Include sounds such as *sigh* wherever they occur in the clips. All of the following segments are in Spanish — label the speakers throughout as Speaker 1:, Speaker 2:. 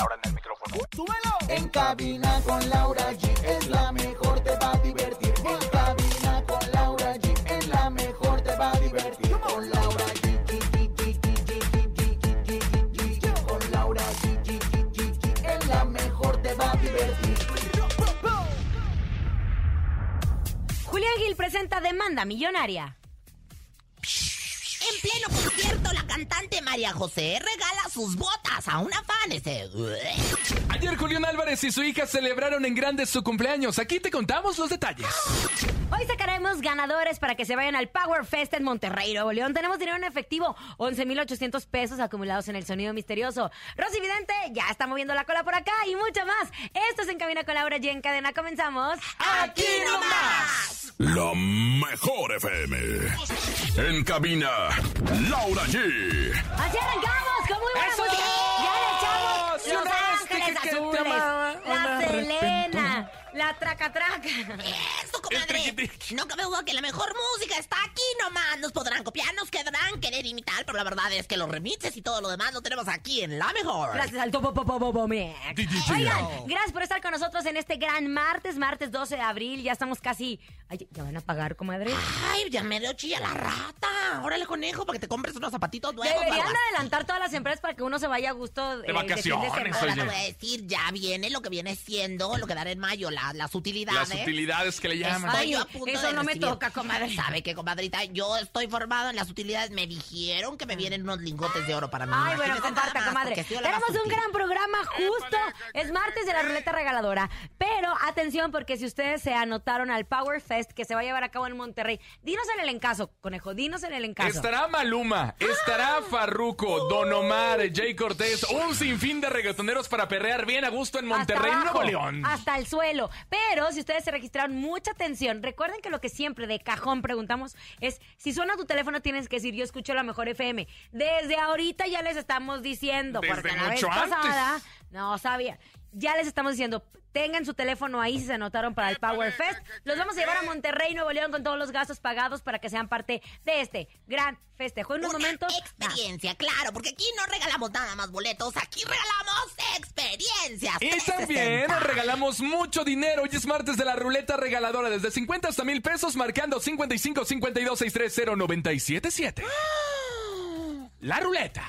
Speaker 1: Ahora en el micrófono.
Speaker 2: ¡Súbelo!
Speaker 3: En cabina con Laura G es la mejor, te va a divertir. En cabina con Laura G es la mejor, te va a divertir. Con Laura G. G, G, G, G, G, G, G, G, G, G, Con Laura G, G, G, G, G, es la mejor, te va a divertir.
Speaker 4: Julián Gil presenta Demanda Millonaria.
Speaker 5: En pleno concierto, la cantante María José regala sus botas a una fan. Ese...
Speaker 6: Ayer Julián Álvarez y su hija celebraron en grande su cumpleaños. Aquí te contamos los detalles.
Speaker 4: Hoy sacaremos ganadores para que se vayan al Power Fest en Monterrey, Nuevo León. Tenemos dinero en efectivo, 11,800 pesos acumulados en el sonido misterioso. Rosy Vidente ya está moviendo la cola por acá y mucho más. Esto es En Cabina con Laura G en Cadena. Comenzamos.
Speaker 5: ¡Aquí nomás!
Speaker 7: La mejor FM. En cabina, Laura G.
Speaker 4: Así arrancamos con muy buena
Speaker 6: ¡Eso!
Speaker 4: música. Ya le echamos
Speaker 6: Si
Speaker 4: Los
Speaker 6: una vez
Speaker 4: Ángeles
Speaker 6: dije que te
Speaker 4: Azules,
Speaker 6: amaba,
Speaker 4: La
Speaker 6: una
Speaker 4: Selena, La Traca Traca.
Speaker 5: Eso,
Speaker 6: El
Speaker 5: comadre.
Speaker 6: triqui-triqui.
Speaker 5: No cabe duda que la mejor música está aquí nomás. Nos podrán copiar, nos querrán querer imitar, pero la verdad es que los remixes y todo lo demás lo tenemos aquí en la mejor.
Speaker 4: Gracias al Topo Popo Popo Mix.
Speaker 6: DDG.
Speaker 4: Oigan, gracias por estar con nosotros en este gran martes, martes 12 de abril. Ya estamos casi. Ay, ¿ya van a pagar, comadre?
Speaker 6: Ah.
Speaker 5: Ay, ya me dio chilla la rata. Órale, conejo, para que te compres unos zapatitos nuevos.
Speaker 4: Deberían
Speaker 5: guagua.
Speaker 4: adelantar todas las empresas para que uno se vaya a gusto eh, fin
Speaker 6: vacaciones,
Speaker 4: semana.
Speaker 5: Ahora
Speaker 6: Oye.
Speaker 5: te voy a decir, ya viene lo que viene siendo, lo que dará en mayo, la- las utilidades.
Speaker 6: Las utilidades que le llaman.
Speaker 4: Ay,
Speaker 5: Estoy yo a punto
Speaker 4: eso
Speaker 5: de
Speaker 4: no me
Speaker 5: recibir.
Speaker 4: toca, comadre.
Speaker 5: ¿Sabe qué, comadrita? Yo estoy formado en las utilidades. Me dijeron que me vienen unos lingotes de oro para mí.
Speaker 4: Ah. Ay, bueno,
Speaker 5: Imagínese nada
Speaker 4: comparta,
Speaker 5: más,
Speaker 4: comadre.
Speaker 5: porque soy la más
Speaker 4: Tenemos un
Speaker 5: útil.
Speaker 4: gran programa justo. Es martes de la ruleta regaladora. Pero atención, porque si ustedes se anotaron al Power Fest que se va a llevar a cabo en Monterrey, dinos en el encaso, conejo, dinos en el encaso.
Speaker 6: Estará Maluma,
Speaker 4: ¡Ah!
Speaker 6: estará Farruco, Don Omar, Jay Cortés, un sinfín de reggaetoneros para perrear bien a gusto en Monterrey,
Speaker 4: Hasta abajo,
Speaker 6: Nuevo León.
Speaker 4: Hasta el suelo. Pero si ustedes se registraron, mucha atención. Recuerden que lo que siempre de cajón preguntamos es: si suena tu teléfono, tienes que decir, yo escucho la mejor FM. Desde ahorita ya les estamos diciendo,
Speaker 6: Desde
Speaker 4: porque la vez
Speaker 6: mucho antes.
Speaker 4: pasada no sabía. Ya les estamos diciendo, tengan su teléfono ahí si se anotaron para el Power Fest. Los vamos a llevar a Monterrey, Nuevo León, con todos los gastos pagados para que sean parte de este gran festejo. En unos
Speaker 5: Una
Speaker 4: momentos. nada.
Speaker 5: Experiencia, claro, porque aquí no regalamos nada más boletos, aquí regalamos experiencias.
Speaker 6: Y también
Speaker 5: 360.
Speaker 6: os regalamos mucho dinero. Hoy es martes de la ruleta regaladora. Desde 50 hasta mil pesos, marcando 55 52 630 977.
Speaker 4: ¡Ah!
Speaker 6: La ruleta.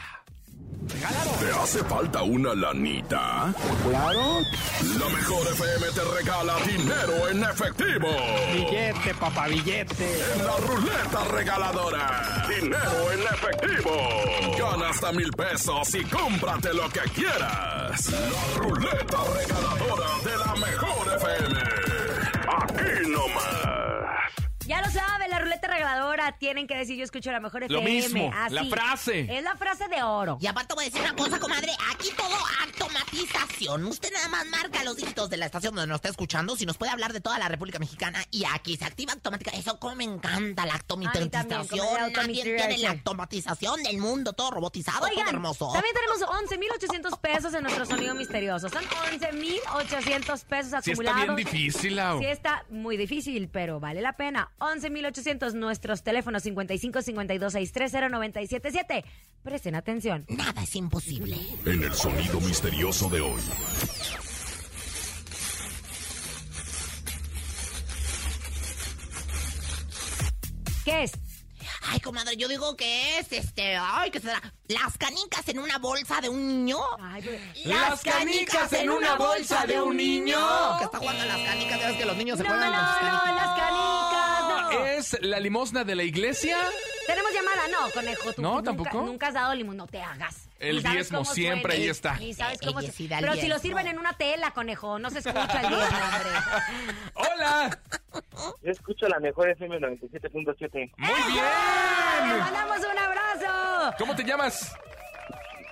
Speaker 7: ¿Te hace falta una lanita?
Speaker 8: Claro,
Speaker 7: La mejor FM te regala dinero en efectivo.
Speaker 8: billete, papá, billete.
Speaker 7: En la ruleta regaladora. Dinero en efectivo. Gana hasta mil pesos y cómprate lo que quieras. La ruleta regaladora de la mejor FM. Aquí nomás.
Speaker 4: Ya lo saben, la ruleta regaladora. Tienen que decir, yo escucho la mejor
Speaker 6: Lo
Speaker 4: FM.
Speaker 6: mismo,
Speaker 4: Así.
Speaker 6: la frase.
Speaker 4: Es la frase de oro.
Speaker 5: Y aparte voy a decir una cosa, comadre. Aquí todo automatización. Usted nada más marca los dígitos de la estación donde nos está escuchando. Si nos puede hablar de toda la República Mexicana. Y aquí se activa automática. Eso como me encanta la
Speaker 4: también, comadre,
Speaker 5: automatización. Nadie
Speaker 4: automatización.
Speaker 5: tiene la automatización del mundo. Todo robotizado, todo
Speaker 4: Oigan,
Speaker 5: hermoso.
Speaker 4: también tenemos 11.800 pesos en nuestro sonido misterioso. Son 11.800 pesos acumulados.
Speaker 6: Si está bien difícil, Lau.
Speaker 4: Sí está muy difícil, pero vale la pena. 11.800 nuestros teléfonos 55 52 630 977. Presten atención.
Speaker 5: Nada es imposible.
Speaker 7: En el sonido misterioso de hoy.
Speaker 4: ¿Qué es?
Speaker 5: Ay, comadre, yo digo que es este. Ay, que será. Las canicas en una bolsa de un niño.
Speaker 4: Ay, güey.
Speaker 6: Las canicas en una bolsa de un niño.
Speaker 5: Que está jugando a las canicas. Ya ves que los niños se
Speaker 4: No, no,
Speaker 5: juegan
Speaker 4: no,
Speaker 5: con sus canicas.
Speaker 4: las canicas, no.
Speaker 6: ¿Es la limosna de la iglesia?
Speaker 4: Tenemos llamada, no, conejo. Tú
Speaker 6: No,
Speaker 4: nunca-
Speaker 6: tampoco.
Speaker 4: Nunca has dado limón, no te hagas.
Speaker 6: El
Speaker 4: Ni sabes
Speaker 6: diezmo,
Speaker 4: cómo
Speaker 6: siempre ahí está.
Speaker 4: Ni sabes cómo
Speaker 5: Ella
Speaker 4: se-
Speaker 5: Eh, sí da el
Speaker 4: Pero si lo
Speaker 5: diezmo.
Speaker 4: sirven en una tela, conejo, no se escucha el diezmo,
Speaker 5: *laughs*
Speaker 4: hombre.
Speaker 6: ¡Hola!
Speaker 9: Yo escucho la mejor FM 97.7.
Speaker 6: ¡Muy
Speaker 4: ¡Te
Speaker 6: bien!
Speaker 4: mandamos un abrazo!
Speaker 6: ¿Cómo te llamas?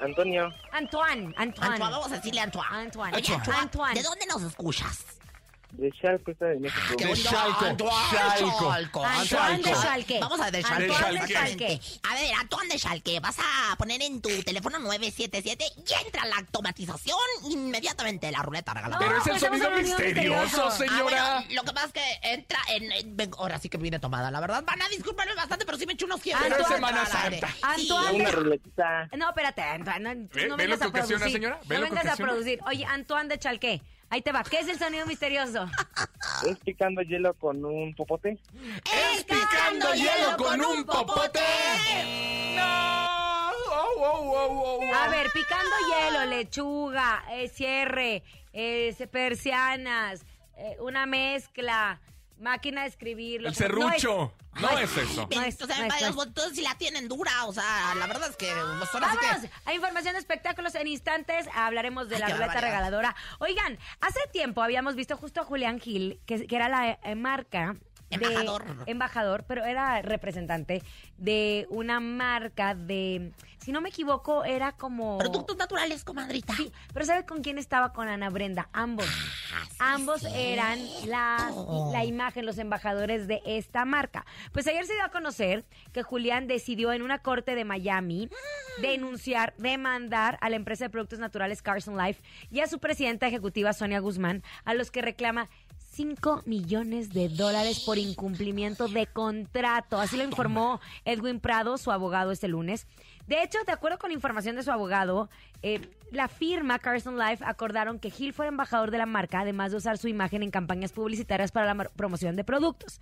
Speaker 9: Antonio,
Speaker 4: Antoine, Antoine.
Speaker 5: Antoine, vamos a decirle a Antoine.
Speaker 4: Antoine.
Speaker 5: Oye, Antoine,
Speaker 4: Antoine.
Speaker 5: ¿de dónde nos escuchas?
Speaker 9: De Chalco, está de México.
Speaker 5: Qué
Speaker 9: De
Speaker 5: bonito.
Speaker 10: Chalco,
Speaker 5: Antoine
Speaker 10: Chalco.
Speaker 5: Chalco,
Speaker 4: Antoine
Speaker 5: Antoine.
Speaker 4: de Chalque.
Speaker 5: Vamos a de
Speaker 4: Antoine
Speaker 5: Chalque.
Speaker 10: de
Speaker 5: exactamente.
Speaker 4: Chalque.
Speaker 5: A ver, Antoine de Chalque, vas a poner en tu teléfono 977 y entra la automatización inmediatamente la ruleta regaladora.
Speaker 6: Pero es el
Speaker 4: pues, estamos
Speaker 6: sonido
Speaker 4: hablando de un
Speaker 6: misterioso,
Speaker 4: misterioso.
Speaker 6: señora.
Speaker 5: Ah, bueno, lo que pasa es que entra en. en- ven, ahora sí que viene tomada, la verdad. Van a disculparme bastante, pero sí me echó unos quiebres.
Speaker 4: Pero es
Speaker 6: Semana
Speaker 5: Al aire.
Speaker 6: Santa.
Speaker 5: Sí.
Speaker 4: Antoine
Speaker 9: Una ruletita.
Speaker 4: No, espérate, Antoine, no, tú
Speaker 6: Ve-
Speaker 4: no
Speaker 6: ve lo
Speaker 4: vengas
Speaker 6: que
Speaker 4: a
Speaker 6: ocasiona,
Speaker 4: producir.
Speaker 6: señora, ve
Speaker 4: no
Speaker 6: lo que
Speaker 4: vengas a
Speaker 6: ocasiona.
Speaker 4: producir. Oye, Antoine de Chalqué, ahí te va. ¿Qué es el sonido misterioso?
Speaker 9: Es picando hielo con un popote.
Speaker 6: ¡Es picando hielo con un popote! ¡No! ¡Oh, oh, oh, oh, oh!
Speaker 4: A ver, picando hielo, lechuga, eh, cierre, eh, persianas, eh, una mezcla, máquina de escribir. lo
Speaker 6: El
Speaker 4: que- no es-
Speaker 6: serrucho. No es eso.
Speaker 4: No es,
Speaker 5: o sea,
Speaker 4: no es,
Speaker 5: varios
Speaker 4: no es.
Speaker 5: botones si la tienen dura, o sea, la verdad es que pues, ahora sí que-
Speaker 4: Vamos, a información de espectáculos en instantes. Hablaremos de
Speaker 5: Ay,
Speaker 4: la
Speaker 5: qué
Speaker 4: ruleta
Speaker 5: barbaridad.
Speaker 4: regaladora. Oigan, hace tiempo habíamos visto justo a Julián Gil, que, que era la eh, marca. de-
Speaker 5: Embajador.
Speaker 4: Embajador, pero era representante de una marca de. Si no me equivoco, era como.
Speaker 5: Productos naturales, comadrita.
Speaker 4: Sí, pero ¿sabe con quién estaba? Con Ana Brenda, ambos. Ambos eran la, la imagen, los embajadores de esta marca. Pues ayer se dio a conocer que Julián decidió en una corte de Miami denunciar, demandar a la empresa de productos naturales Carson Life y a su presidenta ejecutiva Sonia Guzmán, a los que reclama 5 millones de dólares por incumplimiento de contrato. Así lo informó Edwin Prado, su abogado, este lunes. De hecho, de acuerdo con información de su abogado, eh, la firma Carson Life acordaron que Hill fuera embajador de la marca, además de usar su imagen en campañas publicitarias para la mar- promoción de productos.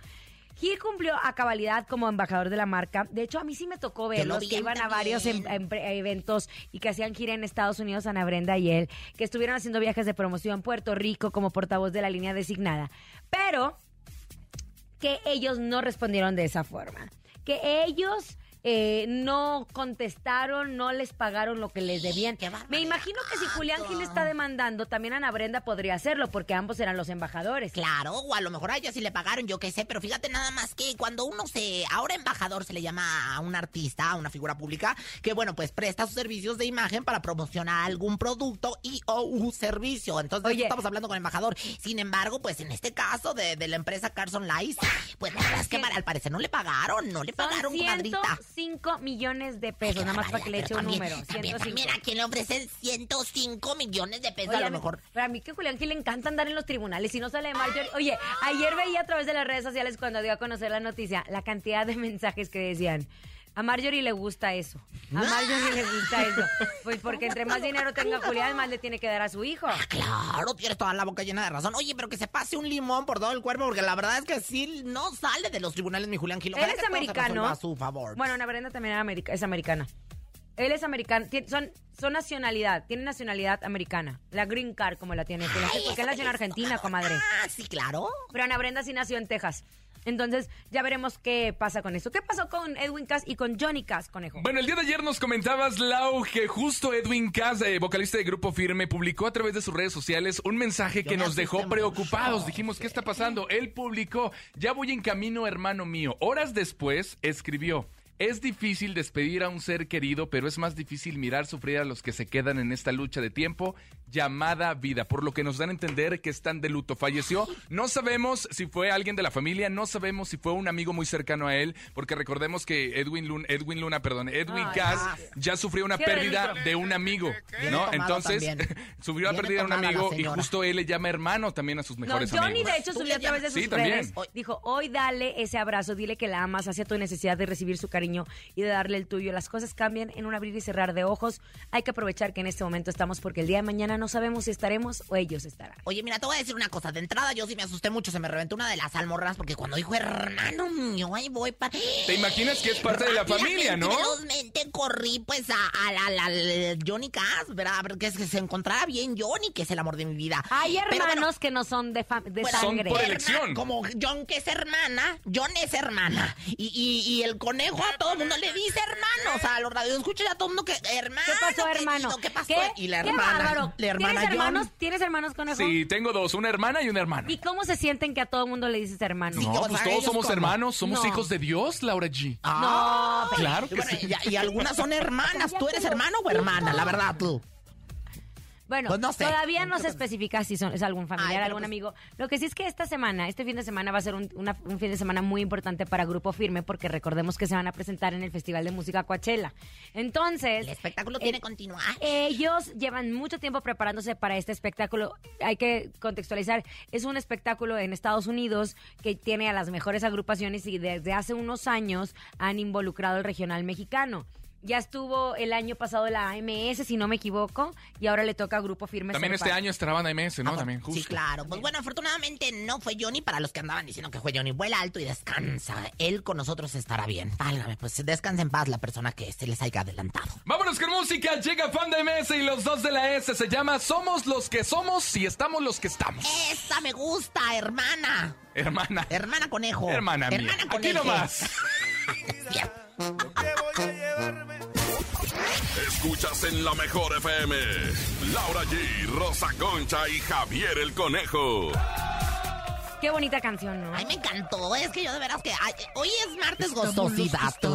Speaker 4: Hill cumplió a cabalidad como embajador de la marca. De hecho, a mí sí me tocó
Speaker 5: Que lo
Speaker 4: verlos que
Speaker 5: vean
Speaker 4: iban a
Speaker 5: también.
Speaker 4: varios em- em- eventos y que hacían gira en Estados Unidos, Ana Brenda y él, que estuvieron haciendo viajes de promoción Puerto Rico como portavoz de la línea designada. Pero que ellos no respondieron de esa forma. Que ellos eh, no contestaron, no les pagaron lo que les debían.
Speaker 5: Qué barbaridad.
Speaker 4: Me imagino que si Julián Gil está demandando, también Ana Brenda podría hacerlo, porque ambos eran los embajadores.
Speaker 5: Claro, o a lo mejor a ella sí le pagaron, yo qué sé, pero fíjate nada más que cuando uno se, ahora embajador se le llama a un artista, a una figura pública, que bueno, pues presta sus servicios de imagen para promocionar algún producto y o un servicio. Entonces
Speaker 4: Oye.
Speaker 5: estamos hablando con el embajador. Sin embargo, pues en este caso de, de la empresa Carson Lice, pues la verdad es que
Speaker 4: Sí.
Speaker 5: para- al parecer no le pagaron, no le
Speaker 4: Son
Speaker 5: pagaron, comadrita.
Speaker 4: 105 millones de pesos, nada más para que le eche
Speaker 5: eche
Speaker 4: un número.
Speaker 5: También,
Speaker 4: 105.
Speaker 5: también a quien le ofrecen 105 millones de pesos,
Speaker 4: Oye,
Speaker 5: a lo
Speaker 4: mí-
Speaker 5: mejor.
Speaker 4: Pero a mí que Julián Gil le encanta andar en los tribunales y no sale de Marjorie. Oye, ayer veía a través de las redes sociales cuando dio a conocer la noticia la cantidad de *laughs* mensajes que decían. A Marjorie le gusta eso. A
Speaker 5: Ah.
Speaker 4: Marjorie le gusta
Speaker 5: *laughs*
Speaker 4: eso. Pues porque entre más dinero tenga Julián, más le tiene que dar a su hijo.
Speaker 5: Claro, tienes toda la boca llena de razón. Oye, pero que se pase un limón por todo el cuerpo, porque la verdad es que sí no sale de los tribunales mi Julián Gil. Ojalá
Speaker 4: Él
Speaker 5: que
Speaker 4: es
Speaker 5: todo se resuelva
Speaker 4: americano.
Speaker 5: A su favor.
Speaker 4: Bueno, Ana Brenda también era america- es americana. Él es americano. Tien- son, son nacionalidad. Tiene nacionalidad americana. La green card como la tiene Julián Gil,
Speaker 5: Ay,
Speaker 4: Porque él
Speaker 5: eso
Speaker 4: nació en
Speaker 5: me hizo,
Speaker 4: Argentina,
Speaker 5: cabrón.
Speaker 4: comadre.
Speaker 5: Ah, sí, claro.
Speaker 4: Pero Ana Brenda sí nació en Texas. Entonces, ya veremos qué pasa con eso. ¿Qué pasó con Edwin Cass y con Johnny Cass, conejo?
Speaker 6: Bueno, el día de ayer nos comentabas, Lau, que justo Edwin Cass, eh, vocalista de Grupo Firme, publicó a través de sus redes sociales un mensaje
Speaker 5: Yo
Speaker 6: que
Speaker 5: me
Speaker 6: nos dejó
Speaker 5: asusté
Speaker 6: preocupados.
Speaker 5: mucho.
Speaker 6: Dijimos, ¿qué está pasando? Él publicó, ya voy en camino, hermano mío. Horas después, escribió. Es difícil despedir a un ser querido, pero es más difícil mirar sufrir a los que se quedan en esta lucha de tiempo llamada vida, por lo que nos dan a entender que están de luto. Falleció, no sabemos si fue alguien de la familia, no sabemos si fue un amigo muy cercano a él, porque recordemos que Edwin Luna, Edwin Luna, perdón, Edwin
Speaker 4: Ay,
Speaker 6: Cass
Speaker 5: ah.
Speaker 6: ya sufrió una
Speaker 4: Qué
Speaker 6: pérdida
Speaker 4: delito.
Speaker 6: de un amigo,
Speaker 5: Viene
Speaker 6: ¿no?
Speaker 5: tomado
Speaker 6: Entonces,
Speaker 5: también.
Speaker 6: *laughs* sufrió la
Speaker 5: Viene
Speaker 6: pérdida de un
Speaker 5: tomada la
Speaker 6: amigo y
Speaker 5: señora.
Speaker 6: justo él le llama hermano también a sus
Speaker 4: No,
Speaker 6: mejores
Speaker 4: Johnny
Speaker 6: amigos.
Speaker 4: de hecho
Speaker 5: Tú
Speaker 4: subió
Speaker 5: le
Speaker 4: a través de
Speaker 5: llamas.
Speaker 4: sus
Speaker 6: Sí, también.
Speaker 4: redes. Dijo, hoy dale ese abrazo, dile que la amas, hacia tu necesidad de recibir su cariño y de darle el tuyo. Las cosas cambian en un abrir y cerrar de ojos. Hay que aprovechar que en este momento estamos porque el día de mañana no sabemos si estaremos o ellos estarán.
Speaker 5: Oye, mira, te voy a decir una cosa. De entrada, yo sí me asusté mucho. Se me reventó una de las almorras porque cuando dijo hermano mío, ahí voy para.
Speaker 6: ¿Te imaginas que es parte de la familia, no?
Speaker 5: Velozmente corrí pues a, a la- la- la- Johnny Cass, ¿verdad? A ver, Que, es que se encontrara bien Johnny, que es el amor de mi vida.
Speaker 4: Hay
Speaker 5: Pero bueno,
Speaker 4: hermanos que no son de, fam- de
Speaker 5: Bueno,
Speaker 4: sangre.
Speaker 6: por
Speaker 5: herma-
Speaker 6: elección.
Speaker 5: Como John que es hermana, John es hermana. Y, y- y el conejo a todo el mundo le dice hermano. O sea, a los radioescuchas a todo el mundo que hermano.
Speaker 4: ¿Qué pasó,
Speaker 5: querido,
Speaker 4: hermano?
Speaker 5: ¿Qué pasó?
Speaker 4: ¿Qué?
Speaker 5: Y la
Speaker 4: Qué
Speaker 5: hermana.
Speaker 4: bárbaro.
Speaker 5: La hermana
Speaker 4: ¿Tienes hermanos?
Speaker 5: John.
Speaker 4: ¿Tienes hermanos, conejo?
Speaker 6: Sí, tengo dos, una hermana y un hermano.
Speaker 4: ¿Y cómo se sienten que a todo mundo le dices hermano?
Speaker 5: Sí,
Speaker 6: No,
Speaker 5: o sea,
Speaker 6: pues
Speaker 5: ellos
Speaker 6: todos somos
Speaker 5: como-
Speaker 6: hermanos, somos
Speaker 4: No.
Speaker 6: hijos de Dios, Laura G.
Speaker 5: Ah, pero-
Speaker 6: Claro
Speaker 5: y
Speaker 6: que
Speaker 5: bueno,
Speaker 6: sí.
Speaker 4: *laughs*
Speaker 5: Y, y algunas son hermanas. ¿Tú eres hermano o hermana? La verdad, tú.
Speaker 4: Bueno,
Speaker 5: Pues no sé.
Speaker 4: todavía no se especifica si son, es algún familiar,
Speaker 5: Ay, pero
Speaker 4: algún
Speaker 5: pues-
Speaker 4: amigo. Lo que sí es que esta semana, este fin de semana va a ser un, una- un fin de semana muy importante para Grupo Firme porque recordemos que se van a presentar en el Festival de Música Coachella. Entonces,
Speaker 5: El espectáculo
Speaker 4: eh,
Speaker 5: tiene que continuar.
Speaker 4: ellos llevan mucho tiempo preparándose para este espectáculo. Hay que contextualizar. Es un espectáculo en Estados Unidos que tiene a las mejores agrupaciones y desde hace unos años han involucrado el regional mexicano. Ya estuvo el año pasado la AMS, si no me equivoco, y ahora le toca a Grupo Firme.
Speaker 6: También
Speaker 4: ser
Speaker 6: este
Speaker 4: parte.
Speaker 6: año estará banda MS, ¿no?
Speaker 5: Ah,
Speaker 6: También,
Speaker 5: Sí,
Speaker 6: justo.
Speaker 5: claro. Pues bueno, afortunadamente no fue Johnny para los que andaban diciendo que fue Johnny. Vuela alto y descansa. Él con nosotros estará bien. Válgame, pues descansa en paz la persona que se les haya adelantado.
Speaker 6: Vámonos con música, llega fan de MS y los dos de la S se llama Somos los que somos y estamos los que estamos.
Speaker 5: ¡Esa me gusta, hermana!
Speaker 6: Hermana,
Speaker 5: Hermana conejo.
Speaker 6: hermana mía.
Speaker 5: Hermana
Speaker 6: Aquí
Speaker 5: conejo.
Speaker 6: nomás.
Speaker 5: Bien.
Speaker 7: Escuchas en la mejor FM. Laura G, Rosa Concha y Javier el Conejo.
Speaker 4: Qué bonita canción, ¿no?
Speaker 5: Ay, me encantó. Es que yo de veras que. ay, hoy es martes gozosita, tú.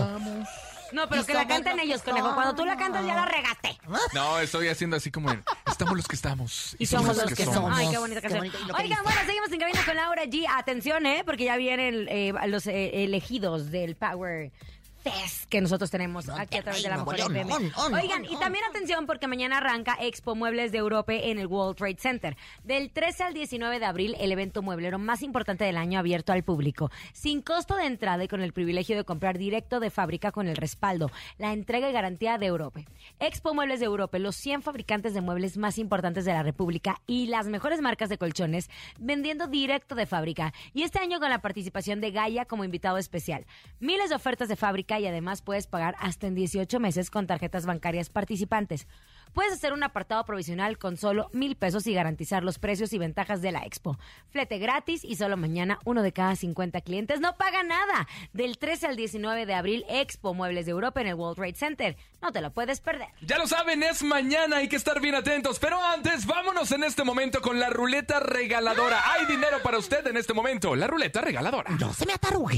Speaker 4: No, pero
Speaker 5: Y
Speaker 4: que la
Speaker 5: somos
Speaker 4: canten
Speaker 5: los que
Speaker 4: ellos, conejo. Cuando tú la cantas ya la regaste.
Speaker 6: No, estoy haciendo así como el, estamos los que estamos
Speaker 4: Y somos los que somos. Ay, qué bonita
Speaker 5: Qué
Speaker 4: canción.
Speaker 5: bonito y lo que
Speaker 4: Oigan,
Speaker 5: dice.
Speaker 4: bueno, seguimos en cabina con Laura G. Atención, ¿eh? Porque ya vienen eh, los eh, elegidos del Power Fest que nosotros tenemos aquí a través de la
Speaker 5: Monterrey,
Speaker 4: mejor
Speaker 5: Nuevo
Speaker 4: FM.
Speaker 5: León, on, on,
Speaker 4: Oigan,
Speaker 5: on,
Speaker 4: y
Speaker 5: on.
Speaker 4: también atención porque mañana arranca Expo Muebles de Europa en el World Trade Center. Del 13 al 19 de abril, el evento mueblero más importante del año abierto al público. Sin costo de entrada y con el privilegio de comprar directo de fábrica con el respaldo, la entrega y garantía de Europa. Expo Muebles de Europa, los 100 fabricantes de muebles más importantes de la República y las mejores marcas de colchones vendiendo directo de fábrica. Y este año con la participación de Gaia como invitado especial. Miles de ofertas de fábrica y además puedes pagar hasta en 18 meses con tarjetas bancarias participantes. Puedes hacer un apartado provisional con solo mil pesos y garantizar los precios y ventajas de la expo. Flete gratis y solo mañana uno de cada 50 clientes no paga nada. Del 13 al 19 de abril, Expo Muebles de Europa en el World Trade Center. No te lo puedes perder.
Speaker 6: Ya lo saben, es mañana, hay que estar bien atentos. Pero antes, vámonos en este momento con la ruleta regaladora. Hay dinero para usted en este momento, la ruleta regaladora.
Speaker 5: Yo se me atarugué.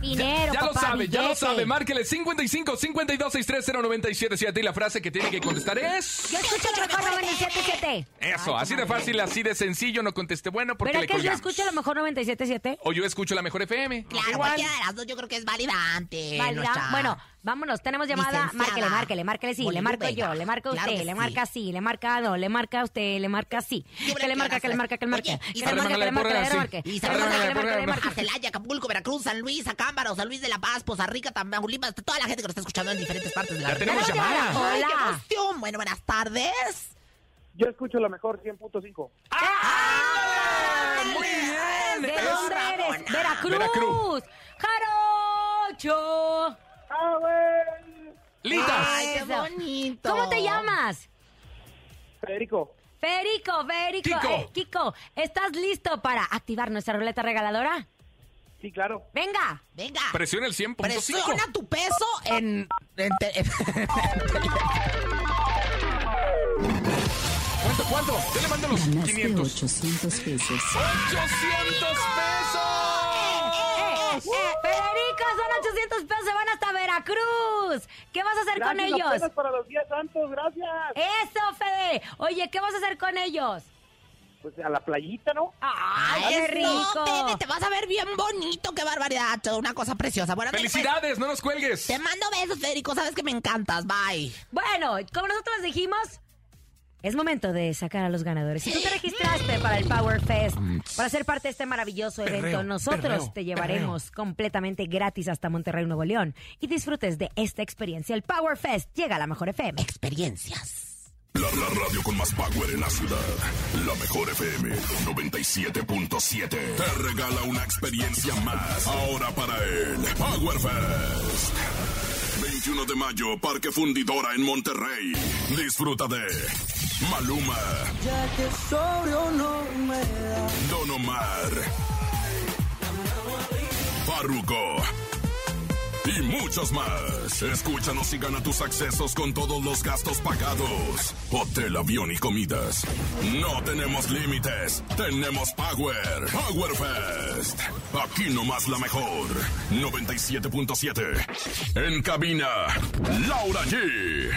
Speaker 4: Dinero,
Speaker 6: Ya lo
Speaker 4: papá,
Speaker 6: sabe, ya lo
Speaker 4: billete.
Speaker 6: sabe. Márquele 55 52 630 y la frase que tiene que contestar es.
Speaker 4: Yo escucho lo mejor 977.
Speaker 6: Eso, así de fácil, así de sencillo. No conteste bueno porque
Speaker 4: ¿Verdad
Speaker 6: le
Speaker 4: que yo
Speaker 6: colgamos.
Speaker 4: escucho lo mejor 977?
Speaker 6: O yo escucho la mejor FM.
Speaker 5: Claro,
Speaker 6: Igual.
Speaker 5: cualquiera de las dos yo creo que es válida ante
Speaker 4: Válida.
Speaker 5: nuestra-
Speaker 4: Bueno, vámonos, tenemos llamada.
Speaker 5: Eh, Licenciada.
Speaker 4: Márquele, márquele, márquele sí, le
Speaker 5: Bolillo
Speaker 4: marco
Speaker 5: Vega.
Speaker 4: yo, le marca
Speaker 5: Claro
Speaker 4: usted,
Speaker 5: que
Speaker 4: le
Speaker 5: sí.
Speaker 4: marca sí, le marca no, le marca usted, le marca sí.
Speaker 5: ¿Qué
Speaker 4: Que le marca, que le marca, que le marca.
Speaker 5: Oye,
Speaker 4: Que
Speaker 5: y
Speaker 4: le marca, que le marca, que le marca. Que le marca, que
Speaker 5: Y saludos
Speaker 4: le marca, que le
Speaker 5: a-
Speaker 4: marca.
Speaker 5: a Celaya, Acapulco, Veracruz, San Luis, Acámbaro, San Luis de la Paz, Poza Rica, Tamaulipas, toda la gente que nos está escuchando en diferentes partes de la
Speaker 6: Ya tenemos
Speaker 5: República.
Speaker 6: llamada.
Speaker 5: Ay, qué
Speaker 4: Hola.
Speaker 5: emoción. Bueno, buenas tardes.
Speaker 9: Yo escucho la mejor 100.5.
Speaker 6: Muy bien.
Speaker 4: ¡Ah! ¿De
Speaker 6: Es-
Speaker 4: dónde eres? Veracruz.
Speaker 6: Veracruz.
Speaker 4: Jarocho.
Speaker 9: ¡Ah, güey!
Speaker 6: Litas.
Speaker 5: Ay, qué
Speaker 4: Eso.
Speaker 5: bonito.
Speaker 4: ¿Cómo te llamas?
Speaker 9: Federico,
Speaker 4: Federico, Federico.
Speaker 6: Kiko.
Speaker 4: eh, Kiko, ¿estás listo para activar nuestra ruleta regaladora?
Speaker 9: sí, claro.
Speaker 4: Venga.
Speaker 5: Venga.
Speaker 6: Presiona el 100.5.
Speaker 5: Presiona tu peso en. en te- *laughs*
Speaker 6: ¿Cuánto, cuánto? Yo le mando los 500.
Speaker 2: 800 pesos.
Speaker 6: 800 pesos.
Speaker 4: Eh, eh, Federico, son 800 pesos, se van hasta Veracruz. ¿Qué vas a hacer con
Speaker 9: Gracias,
Speaker 4: ellos? Eh.
Speaker 9: apenas para los días santos, gracias.
Speaker 4: Eso, Fede. Oye, ¿qué vas a hacer con ellos?
Speaker 9: Pues a la playita, ¿no?
Speaker 4: ¡Ay, qué
Speaker 5: Eso, Pepe,
Speaker 4: rico!
Speaker 5: te vas a ver bien bonito. Qué barbaridad. Toda una cosa preciosa. Bueno, ándale, pues.
Speaker 6: Felicidades, no nos cuelgues.
Speaker 5: Te mando besos, Federico. Sabes que me encantas. Bye.
Speaker 4: Bueno, como nosotros dijimos, es momento de sacar a los ganadores. Si tú te registraste para el Power Fest, para ser parte de este maravilloso evento,
Speaker 6: Mm. Perreo,
Speaker 4: nosotros
Speaker 6: perreo,
Speaker 4: te llevaremos completamente gratis hasta Monterrey, Nuevo León. Y disfrutes de esta experiencia. El Power Fest llega a la mejor FM.
Speaker 5: Experiencias.
Speaker 7: La, la radio con más power en la ciudad. La mejor FM 97.7. Te regala una experiencia más. Ahora para el Power Fest. 21 de mayo, Parque Fundidora en Monterrey. Disfruta de Maluma. Don Omar. Farruko. Y muchos más. Escúchanos y gana tus accesos con todos los gastos pagados. Hotel, avión y comidas. No tenemos límites. Tenemos Power. Power Fest. Aquí nomás la mejor. 97.7. En cabina, Laura G.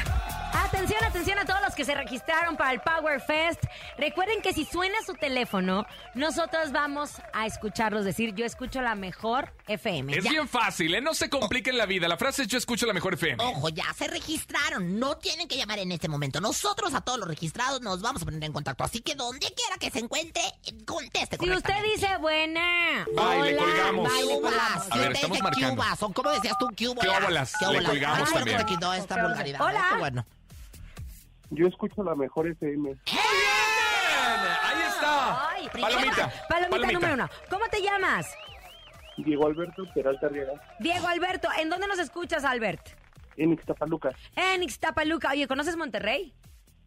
Speaker 4: Atención, atención a todos los que se registraron para el Power Fest. Recuerden que si suena su teléfono, nosotros vamos a escucharlos decir, yo escucho la mejor FM.
Speaker 6: Es
Speaker 4: Ya.
Speaker 6: bien fácil, ¿eh? No se compliquen la vida. La frase es yo escucho la mejor FM.
Speaker 4: Oh,
Speaker 5: Ojo, ya se registraron. No tienen que llamar en este momento. Nosotros a todos los registrados nos vamos a poner en contacto. Así que donde quiera que se encuentre, conteste.
Speaker 4: Si usted
Speaker 5: correctamente.
Speaker 4: dice buena,
Speaker 8: Bye, le
Speaker 4: hola,
Speaker 8: colgamos.
Speaker 4: bye, le
Speaker 5: Cubas,
Speaker 4: colgamos.
Speaker 5: si
Speaker 6: A ver,
Speaker 5: usted
Speaker 6: estamos
Speaker 5: dice
Speaker 6: marcando.
Speaker 5: Cubas, o como decías tú, Cuba.
Speaker 6: Cúbalas, le colgamos
Speaker 5: Ay,
Speaker 6: también.
Speaker 5: se quitó esta vulgaridad.
Speaker 4: Hola.
Speaker 5: Esto, bueno.
Speaker 9: Yo escucho la mejor FM.
Speaker 6: Ahí está.
Speaker 4: Ay,
Speaker 6: Palomita.
Speaker 4: *laughs* palomita, número uno. ¿Cómo te llamas?
Speaker 9: Diego Alberto Peralta Riega,
Speaker 4: Diego Alberto. ¿En dónde nos escuchas, Albert?
Speaker 9: en Ixtapaluca.
Speaker 4: En Ixtapaluca. Oye, ¿conoces Monterrey?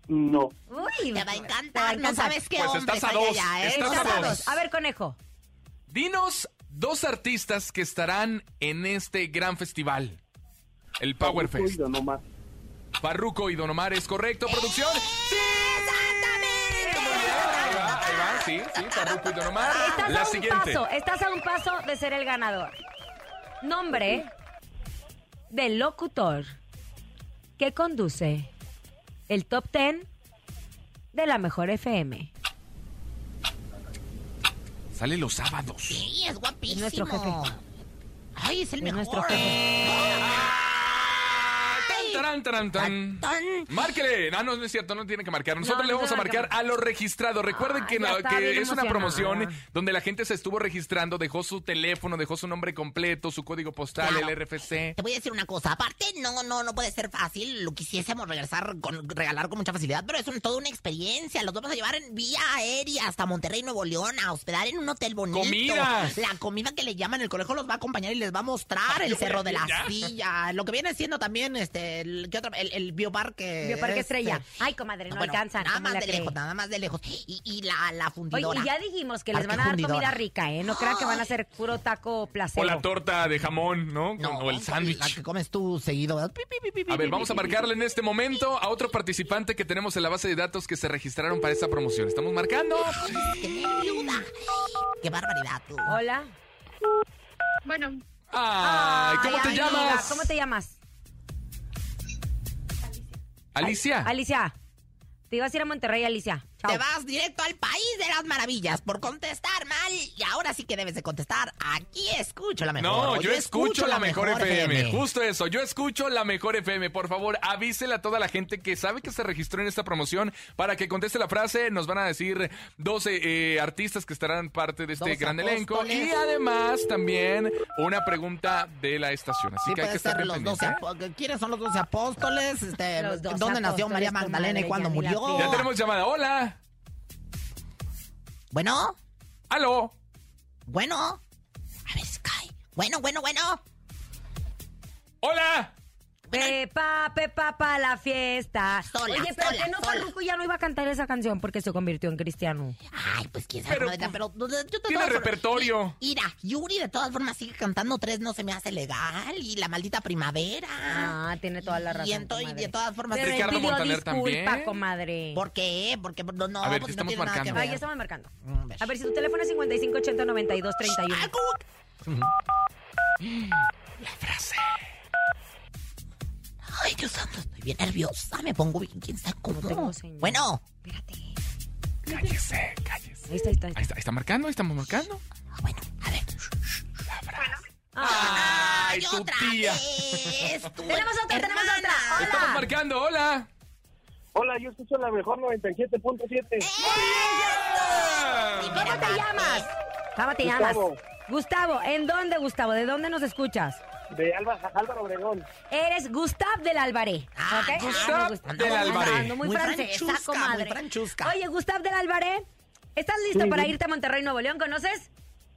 Speaker 9: No,
Speaker 4: Uy,
Speaker 5: Te va a encantar,
Speaker 4: te va a
Speaker 5: no sabes qué
Speaker 6: Pues
Speaker 5: hombres
Speaker 6: estás a
Speaker 5: hay
Speaker 6: dos,
Speaker 5: allá, ¿eh?
Speaker 6: estás a
Speaker 4: Estamos.
Speaker 6: dos.
Speaker 4: A ver, conejo.
Speaker 6: Dinos dos artistas que estarán en este gran festival. El Power Fest.
Speaker 9: no nomás.
Speaker 6: Barruco y Don Omar, ¿es correcto? ¿Producción? ¡Sí! Ahí va, ahí va, sí, sí, Farruko y Don Omar.
Speaker 4: Estás
Speaker 6: La
Speaker 4: a un
Speaker 6: siguiente.
Speaker 4: paso, estás a un paso de ser el ganador. Nombre del locutor que conduce el top 10 de la mejor FM.
Speaker 6: Sale los sábados.
Speaker 5: Sí, es guapísimo.
Speaker 4: Es nuestro jefe.
Speaker 5: Ay, es el
Speaker 4: Es
Speaker 5: mejor.
Speaker 4: nuestro jefe.
Speaker 6: Tan, taran, taran, tan.
Speaker 5: Tan.
Speaker 6: Márquele. Ah, no, no es cierto, no tiene que marcar. Nosotros
Speaker 4: No,
Speaker 6: le
Speaker 4: no
Speaker 6: vamos
Speaker 4: se
Speaker 6: a marcar
Speaker 4: marca.
Speaker 6: a los registrados. Recuerden
Speaker 4: Ay,
Speaker 6: que,
Speaker 4: ya
Speaker 6: na-
Speaker 4: está
Speaker 6: que
Speaker 4: bien
Speaker 6: es una
Speaker 4: emocionada.
Speaker 6: promoción donde la gente se estuvo registrando, dejó su teléfono, dejó su nombre completo, su código postal,
Speaker 5: Claro.
Speaker 6: el RFC.
Speaker 5: Te voy a decir una cosa, aparte no, no, no puede ser fácil, lo quisiésemos regresar con, regalar con mucha facilidad, pero es un- toda una experiencia, los vamos a llevar en vía aérea hasta Monterrey, Nuevo León, a hospedar en un hotel bonito.
Speaker 6: Comidas. Ah,
Speaker 5: La comida que le llaman, el colegio los va a acompañar y les va a mostrar el
Speaker 6: yo voy
Speaker 5: Cerro
Speaker 6: a
Speaker 5: de
Speaker 6: ir
Speaker 5: la
Speaker 6: ya.
Speaker 5: Silla, lo que viene siendo también este, el, ¿qué otra? el, el bioparque.
Speaker 4: Bioparque
Speaker 5: este.
Speaker 4: Estrella. Ay, comadre, no
Speaker 5: Bueno,
Speaker 4: alcanzan.
Speaker 5: Nada
Speaker 4: ¿cómo
Speaker 5: más
Speaker 4: la
Speaker 5: de
Speaker 4: cree?
Speaker 5: lejos, nada más de lejos. Y, y la, la
Speaker 4: Oye,
Speaker 5: fundidora.
Speaker 4: y ya dijimos que les
Speaker 5: Parque
Speaker 4: van a dar
Speaker 5: fundidora.
Speaker 4: comida rica, ¿eh? No crean que van a ser puro taco
Speaker 6: O
Speaker 4: placebo.
Speaker 6: la torta de jamón, ¿no? Con- o el
Speaker 5: con La
Speaker 6: sándwich.
Speaker 5: que comes tú seguido. ¿verdad? Pi, pi, pi, pi,
Speaker 6: A
Speaker 5: pi,
Speaker 6: ver,
Speaker 5: pi,
Speaker 6: vamos a
Speaker 5: pi,
Speaker 6: marcarle en este momento a otro participante que tenemos en la base de datos que se registraron para esta promoción. ¿Estamos marcando?
Speaker 5: pi. ¡Qué nerviuda! ¡Qué barbaridad tú!
Speaker 4: Hola.
Speaker 2: Bueno,
Speaker 6: Ay, ¿cómo
Speaker 4: Ay,
Speaker 6: te
Speaker 4: amiga,
Speaker 6: llamas?
Speaker 4: ¿Cómo te llamas?
Speaker 6: Alicia.
Speaker 4: Alicia. Te ibas a ir a Monterrey, Alicia. Chao.
Speaker 5: Te vas directo al país de las maravillas por contestar mal. Y ahora sí que debes de contestar. Aquí escucho la mejor.
Speaker 6: No,
Speaker 5: Oye,
Speaker 6: yo escucho la mejor FM. Justo eso, yo escucho la mejor FM. Por favor, avísele a toda la gente que sabe que se registró en esta promoción para que conteste la frase. Nos van a decir 12 eh, artistas que estarán parte de este
Speaker 5: Dos
Speaker 6: gran elenco. Y
Speaker 5: apóstoles.
Speaker 6: además también una pregunta de la estación. Así
Speaker 5: Sí,
Speaker 6: que hay que
Speaker 5: puede
Speaker 6: estar
Speaker 5: ser
Speaker 6: bien
Speaker 5: los
Speaker 6: pendiente,
Speaker 5: 12
Speaker 6: ¿eh?
Speaker 5: apó- ¿Quiénes son los 12 apóstoles? Este,
Speaker 4: Los 12
Speaker 5: ¿Dónde nació
Speaker 4: apóstoles,
Speaker 5: María Magdalena y
Speaker 4: comadre,
Speaker 5: cuándo
Speaker 4: ya ni la
Speaker 5: murió?
Speaker 4: sé.
Speaker 6: Ya tenemos llamada. Hola.
Speaker 5: Bueno,
Speaker 6: Aló.
Speaker 5: bueno. A ver, Sky. Bueno, bueno, bueno.
Speaker 6: Hola.
Speaker 4: Pepa, Pepa, pa la fiesta.
Speaker 5: Sola,
Speaker 4: Oye, pero
Speaker 5: sola,
Speaker 4: que no
Speaker 5: sola.
Speaker 4: Farruko ya no iba a cantar esa canción porque se convirtió en cristiano.
Speaker 5: Ay, pues quién sabe,
Speaker 6: Pero,
Speaker 5: comadre, pero, yo de
Speaker 6: tiene
Speaker 5: todas formas-
Speaker 6: repertorio.
Speaker 5: Mi- Mira, Yuri de todas formas sigue cantando tres, no se me hace legal. Y la maldita primavera.
Speaker 4: Ah, tiene toda la razón.
Speaker 5: Y, ento- y
Speaker 4: comadre.
Speaker 5: de todas formas,
Speaker 4: Pero él
Speaker 6: Ricardo
Speaker 4: pidió
Speaker 6: Montaner
Speaker 4: disculpa,
Speaker 6: también.
Speaker 4: comadre.
Speaker 5: ¿Por qué? Porque no, no,
Speaker 6: A ver,
Speaker 5: pues
Speaker 6: te
Speaker 5: no
Speaker 6: estamos
Speaker 5: tiene nada que
Speaker 6: marcando.
Speaker 4: Ay, ya
Speaker 5: ver.
Speaker 4: estamos marcando.
Speaker 5: Mm, a ver.
Speaker 4: A ver, si tu teléfono es 5580 92 31.
Speaker 5: Ah, ¿cómo que?
Speaker 6: Frase.
Speaker 5: Ay, Dios santo, estoy bien nerviosa. Me pongo bien, quién sabe cómo.
Speaker 4: tengo señal.
Speaker 5: Bueno,
Speaker 4: Espérate.
Speaker 6: Cállese, cállese.
Speaker 4: Ahí está, ahí está. Ahí
Speaker 6: Ahí
Speaker 4: está.
Speaker 6: está, ahí está marcando, ahí estamos marcando.
Speaker 5: ah, bueno, a ver.
Speaker 6: Ay, tu
Speaker 5: otra
Speaker 6: tía.
Speaker 5: vez, tu
Speaker 4: Tenemos otra, tenemos otra.
Speaker 5: hermana.
Speaker 4: Hola.
Speaker 6: Estamos marcando, hola.
Speaker 9: Hola, yo escucho la mejor 97.7.
Speaker 4: Eh. ¿Cómo te llamas? ¿Cómo te llamas?
Speaker 9: Gustavo.
Speaker 4: Gustavo, ¿en dónde, Gustavo? ¿De dónde nos escuchas?
Speaker 9: De Alba, Álvaro Obregón.
Speaker 4: Eres Gustav del Albaré.
Speaker 5: Ah,
Speaker 4: ¿ok?
Speaker 5: Gustav
Speaker 4: Ah, me gusta.
Speaker 6: del Albaré.
Speaker 4: Ando Muy,
Speaker 5: Muy
Speaker 4: francesa,
Speaker 5: franchusca, muy
Speaker 4: comadre.
Speaker 5: franchusca.
Speaker 4: Oye, Gustav del Albaré, ¿estás listo para irte a Monterrey, Nuevo León? ¿Conoces?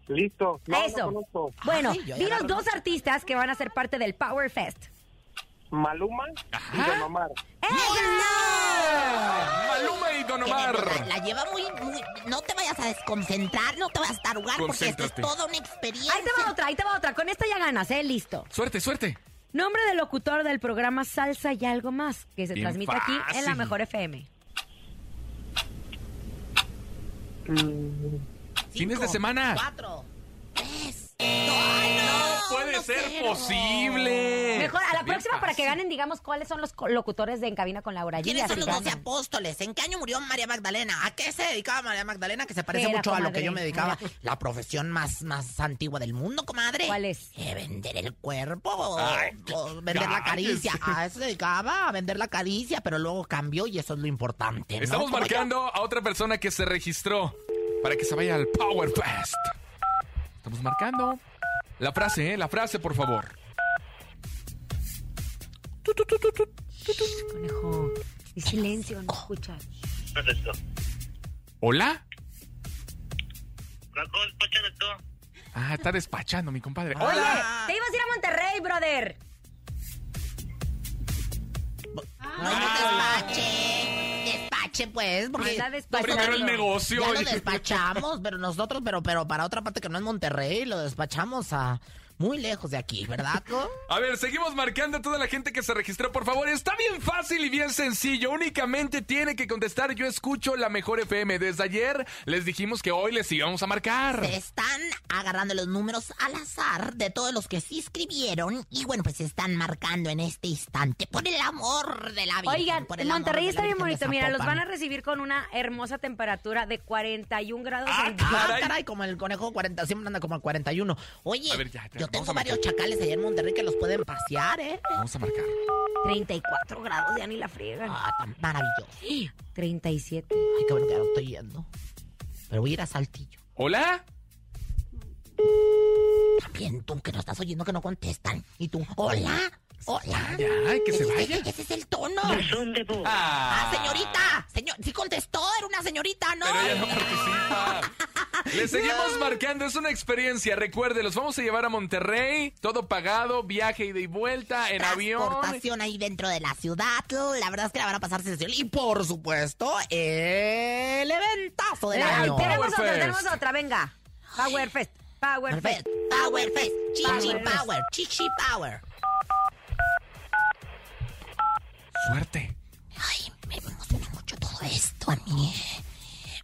Speaker 9: Listo. No, no
Speaker 4: Eso.
Speaker 9: conozco.
Speaker 4: bueno,
Speaker 5: Ay, yo ya la
Speaker 4: dinos
Speaker 5: conozco.
Speaker 4: dos artistas que van a ser parte del Power Fest.
Speaker 9: Maluma y Don Omar.
Speaker 6: ¡Hola! Maluma y Don
Speaker 5: Que de
Speaker 6: Omar.
Speaker 5: verdad, La lleva muy, muy. No te vayas a desconcentrar, no te vayas a tarugar, porque esto es
Speaker 6: Concéntrate.
Speaker 5: toda una experiencia.
Speaker 4: Ahí te va otra, ahí te va otra. Con esta ya ganas, ¿eh? Listo.
Speaker 6: Suerte, suerte.
Speaker 4: Nombre del locutor del programa Salsa y algo más, que se
Speaker 6: Bien
Speaker 4: transmite aquí en la
Speaker 6: fácil.
Speaker 4: Mejor FM.
Speaker 6: Fines de semana.
Speaker 5: Cuatro. Tres.
Speaker 6: No puede ser
Speaker 5: cero.
Speaker 6: posible.
Speaker 4: Mejor, a la
Speaker 6: Bien
Speaker 4: próxima para que
Speaker 6: fácil.
Speaker 4: ganen, digamos, cuáles son los co- locutores de En Cabina con Laura G,
Speaker 5: ¿Quiénes son
Speaker 4: así
Speaker 5: los doce
Speaker 4: ganan.
Speaker 5: apóstoles? ¿En qué año murió María Magdalena? ¿A qué se dedicaba María Magdalena? Que se parece
Speaker 4: Espera,
Speaker 5: mucho a lo
Speaker 4: comadre.
Speaker 5: que yo me dedicaba.
Speaker 4: A
Speaker 5: La profesión más, más antigua del mundo, comadre.
Speaker 4: ¿Cuál es?
Speaker 5: Eh, vender el cuerpo. o-
Speaker 6: Ay,
Speaker 5: o vender la
Speaker 6: cállese.
Speaker 5: caricia. A eso se dedicaba, a vender la caricia, pero luego cambió y eso es lo importante. ¿no?
Speaker 6: Estamos
Speaker 5: Como yo.
Speaker 6: marcando a otra persona que se registró para que se vaya al Power Fest. Estamos marcando. La frase, ¿eh? La frase, por favor.
Speaker 4: Conejo, y silencio, no escuchas.
Speaker 9: Perfecto.
Speaker 6: ¿Hola?
Speaker 9: ¿Cómo despachan esto?
Speaker 6: Ah, está despachando, mi compadre.
Speaker 5: Ah.
Speaker 6: ¡Hola!
Speaker 4: Te ibas a ir a Monterrey, brother.
Speaker 5: No
Speaker 6: Ah.
Speaker 5: me despache. Despache, pues, porque
Speaker 4: Anda
Speaker 5: nosotros
Speaker 4: Primero el
Speaker 6: negocio.
Speaker 5: Ya lo despachamos, pero nosotros, pero, pero para otra parte que no es Monterrey, lo despachamos a muy lejos de aquí, ¿verdad? no?
Speaker 6: A ver, seguimos marcando a toda la gente que se registró, por favor. Está bien fácil y bien sencillo. Únicamente tiene que contestar. Yo escucho la mejor FM. Desde ayer les dijimos que hoy les íbamos a marcar.
Speaker 5: Se están agarrando los números al azar de todos los que se inscribieron y bueno, pues se están marcando en este instante por el amor de la vida.
Speaker 4: Oigan, Monterrey está bien bonito. Mira, los van a recibir con una hermosa temperatura de 41 grados
Speaker 6: Ah,
Speaker 4: *laughs* centígrados.
Speaker 5: Ah,
Speaker 6: Caray.
Speaker 5: caray, como el conejo 40, siempre anda como al 41. Oye,
Speaker 6: A ver, ya, ya,
Speaker 5: yo
Speaker 6: vamos
Speaker 5: tengo
Speaker 6: a marcar.
Speaker 5: varios chacales allá en Monterrey que los pueden pasear, ¿eh?
Speaker 6: Vamos a marcar.
Speaker 4: 34 grados, ya ni la friegan.
Speaker 5: Ah, tan maravilloso.
Speaker 4: 37.
Speaker 5: Ay, qué bueno que ya no estoy yendo. Pero voy a ir a Saltillo.
Speaker 6: ¿Hola?
Speaker 5: También tú, que no estás oyendo, que no contestan. Y tú, hola, hola.
Speaker 6: Ya, que se
Speaker 5: Ese-
Speaker 6: vaya.
Speaker 5: Ese es el tono.
Speaker 9: Son de voz.
Speaker 6: Ah,
Speaker 5: Ah, señorita. Señor, sí contestó, era una señorita, ¿no?
Speaker 6: Pero ella no participa. Le seguimos marcando, es una experiencia. Recuerde, los vamos a llevar a Monterrey, todo pagado, viaje ida y vuelta, en avión.
Speaker 5: Transportación ahí dentro de la ciudad. La verdad es que la van a pasar sensacional. Y por supuesto, el eventazo del
Speaker 4: Eh,
Speaker 5: año.
Speaker 4: tenemos otra,
Speaker 6: Powerfest.
Speaker 4: tenemos otra, venga. Power Fest. Power Fest.
Speaker 5: Perfecto. Power Fest. Chichi
Speaker 4: Power Fest.
Speaker 5: Power. Chichi Power.
Speaker 6: Suerte.
Speaker 5: Ay, me emociona mucho todo esto a mí. eh.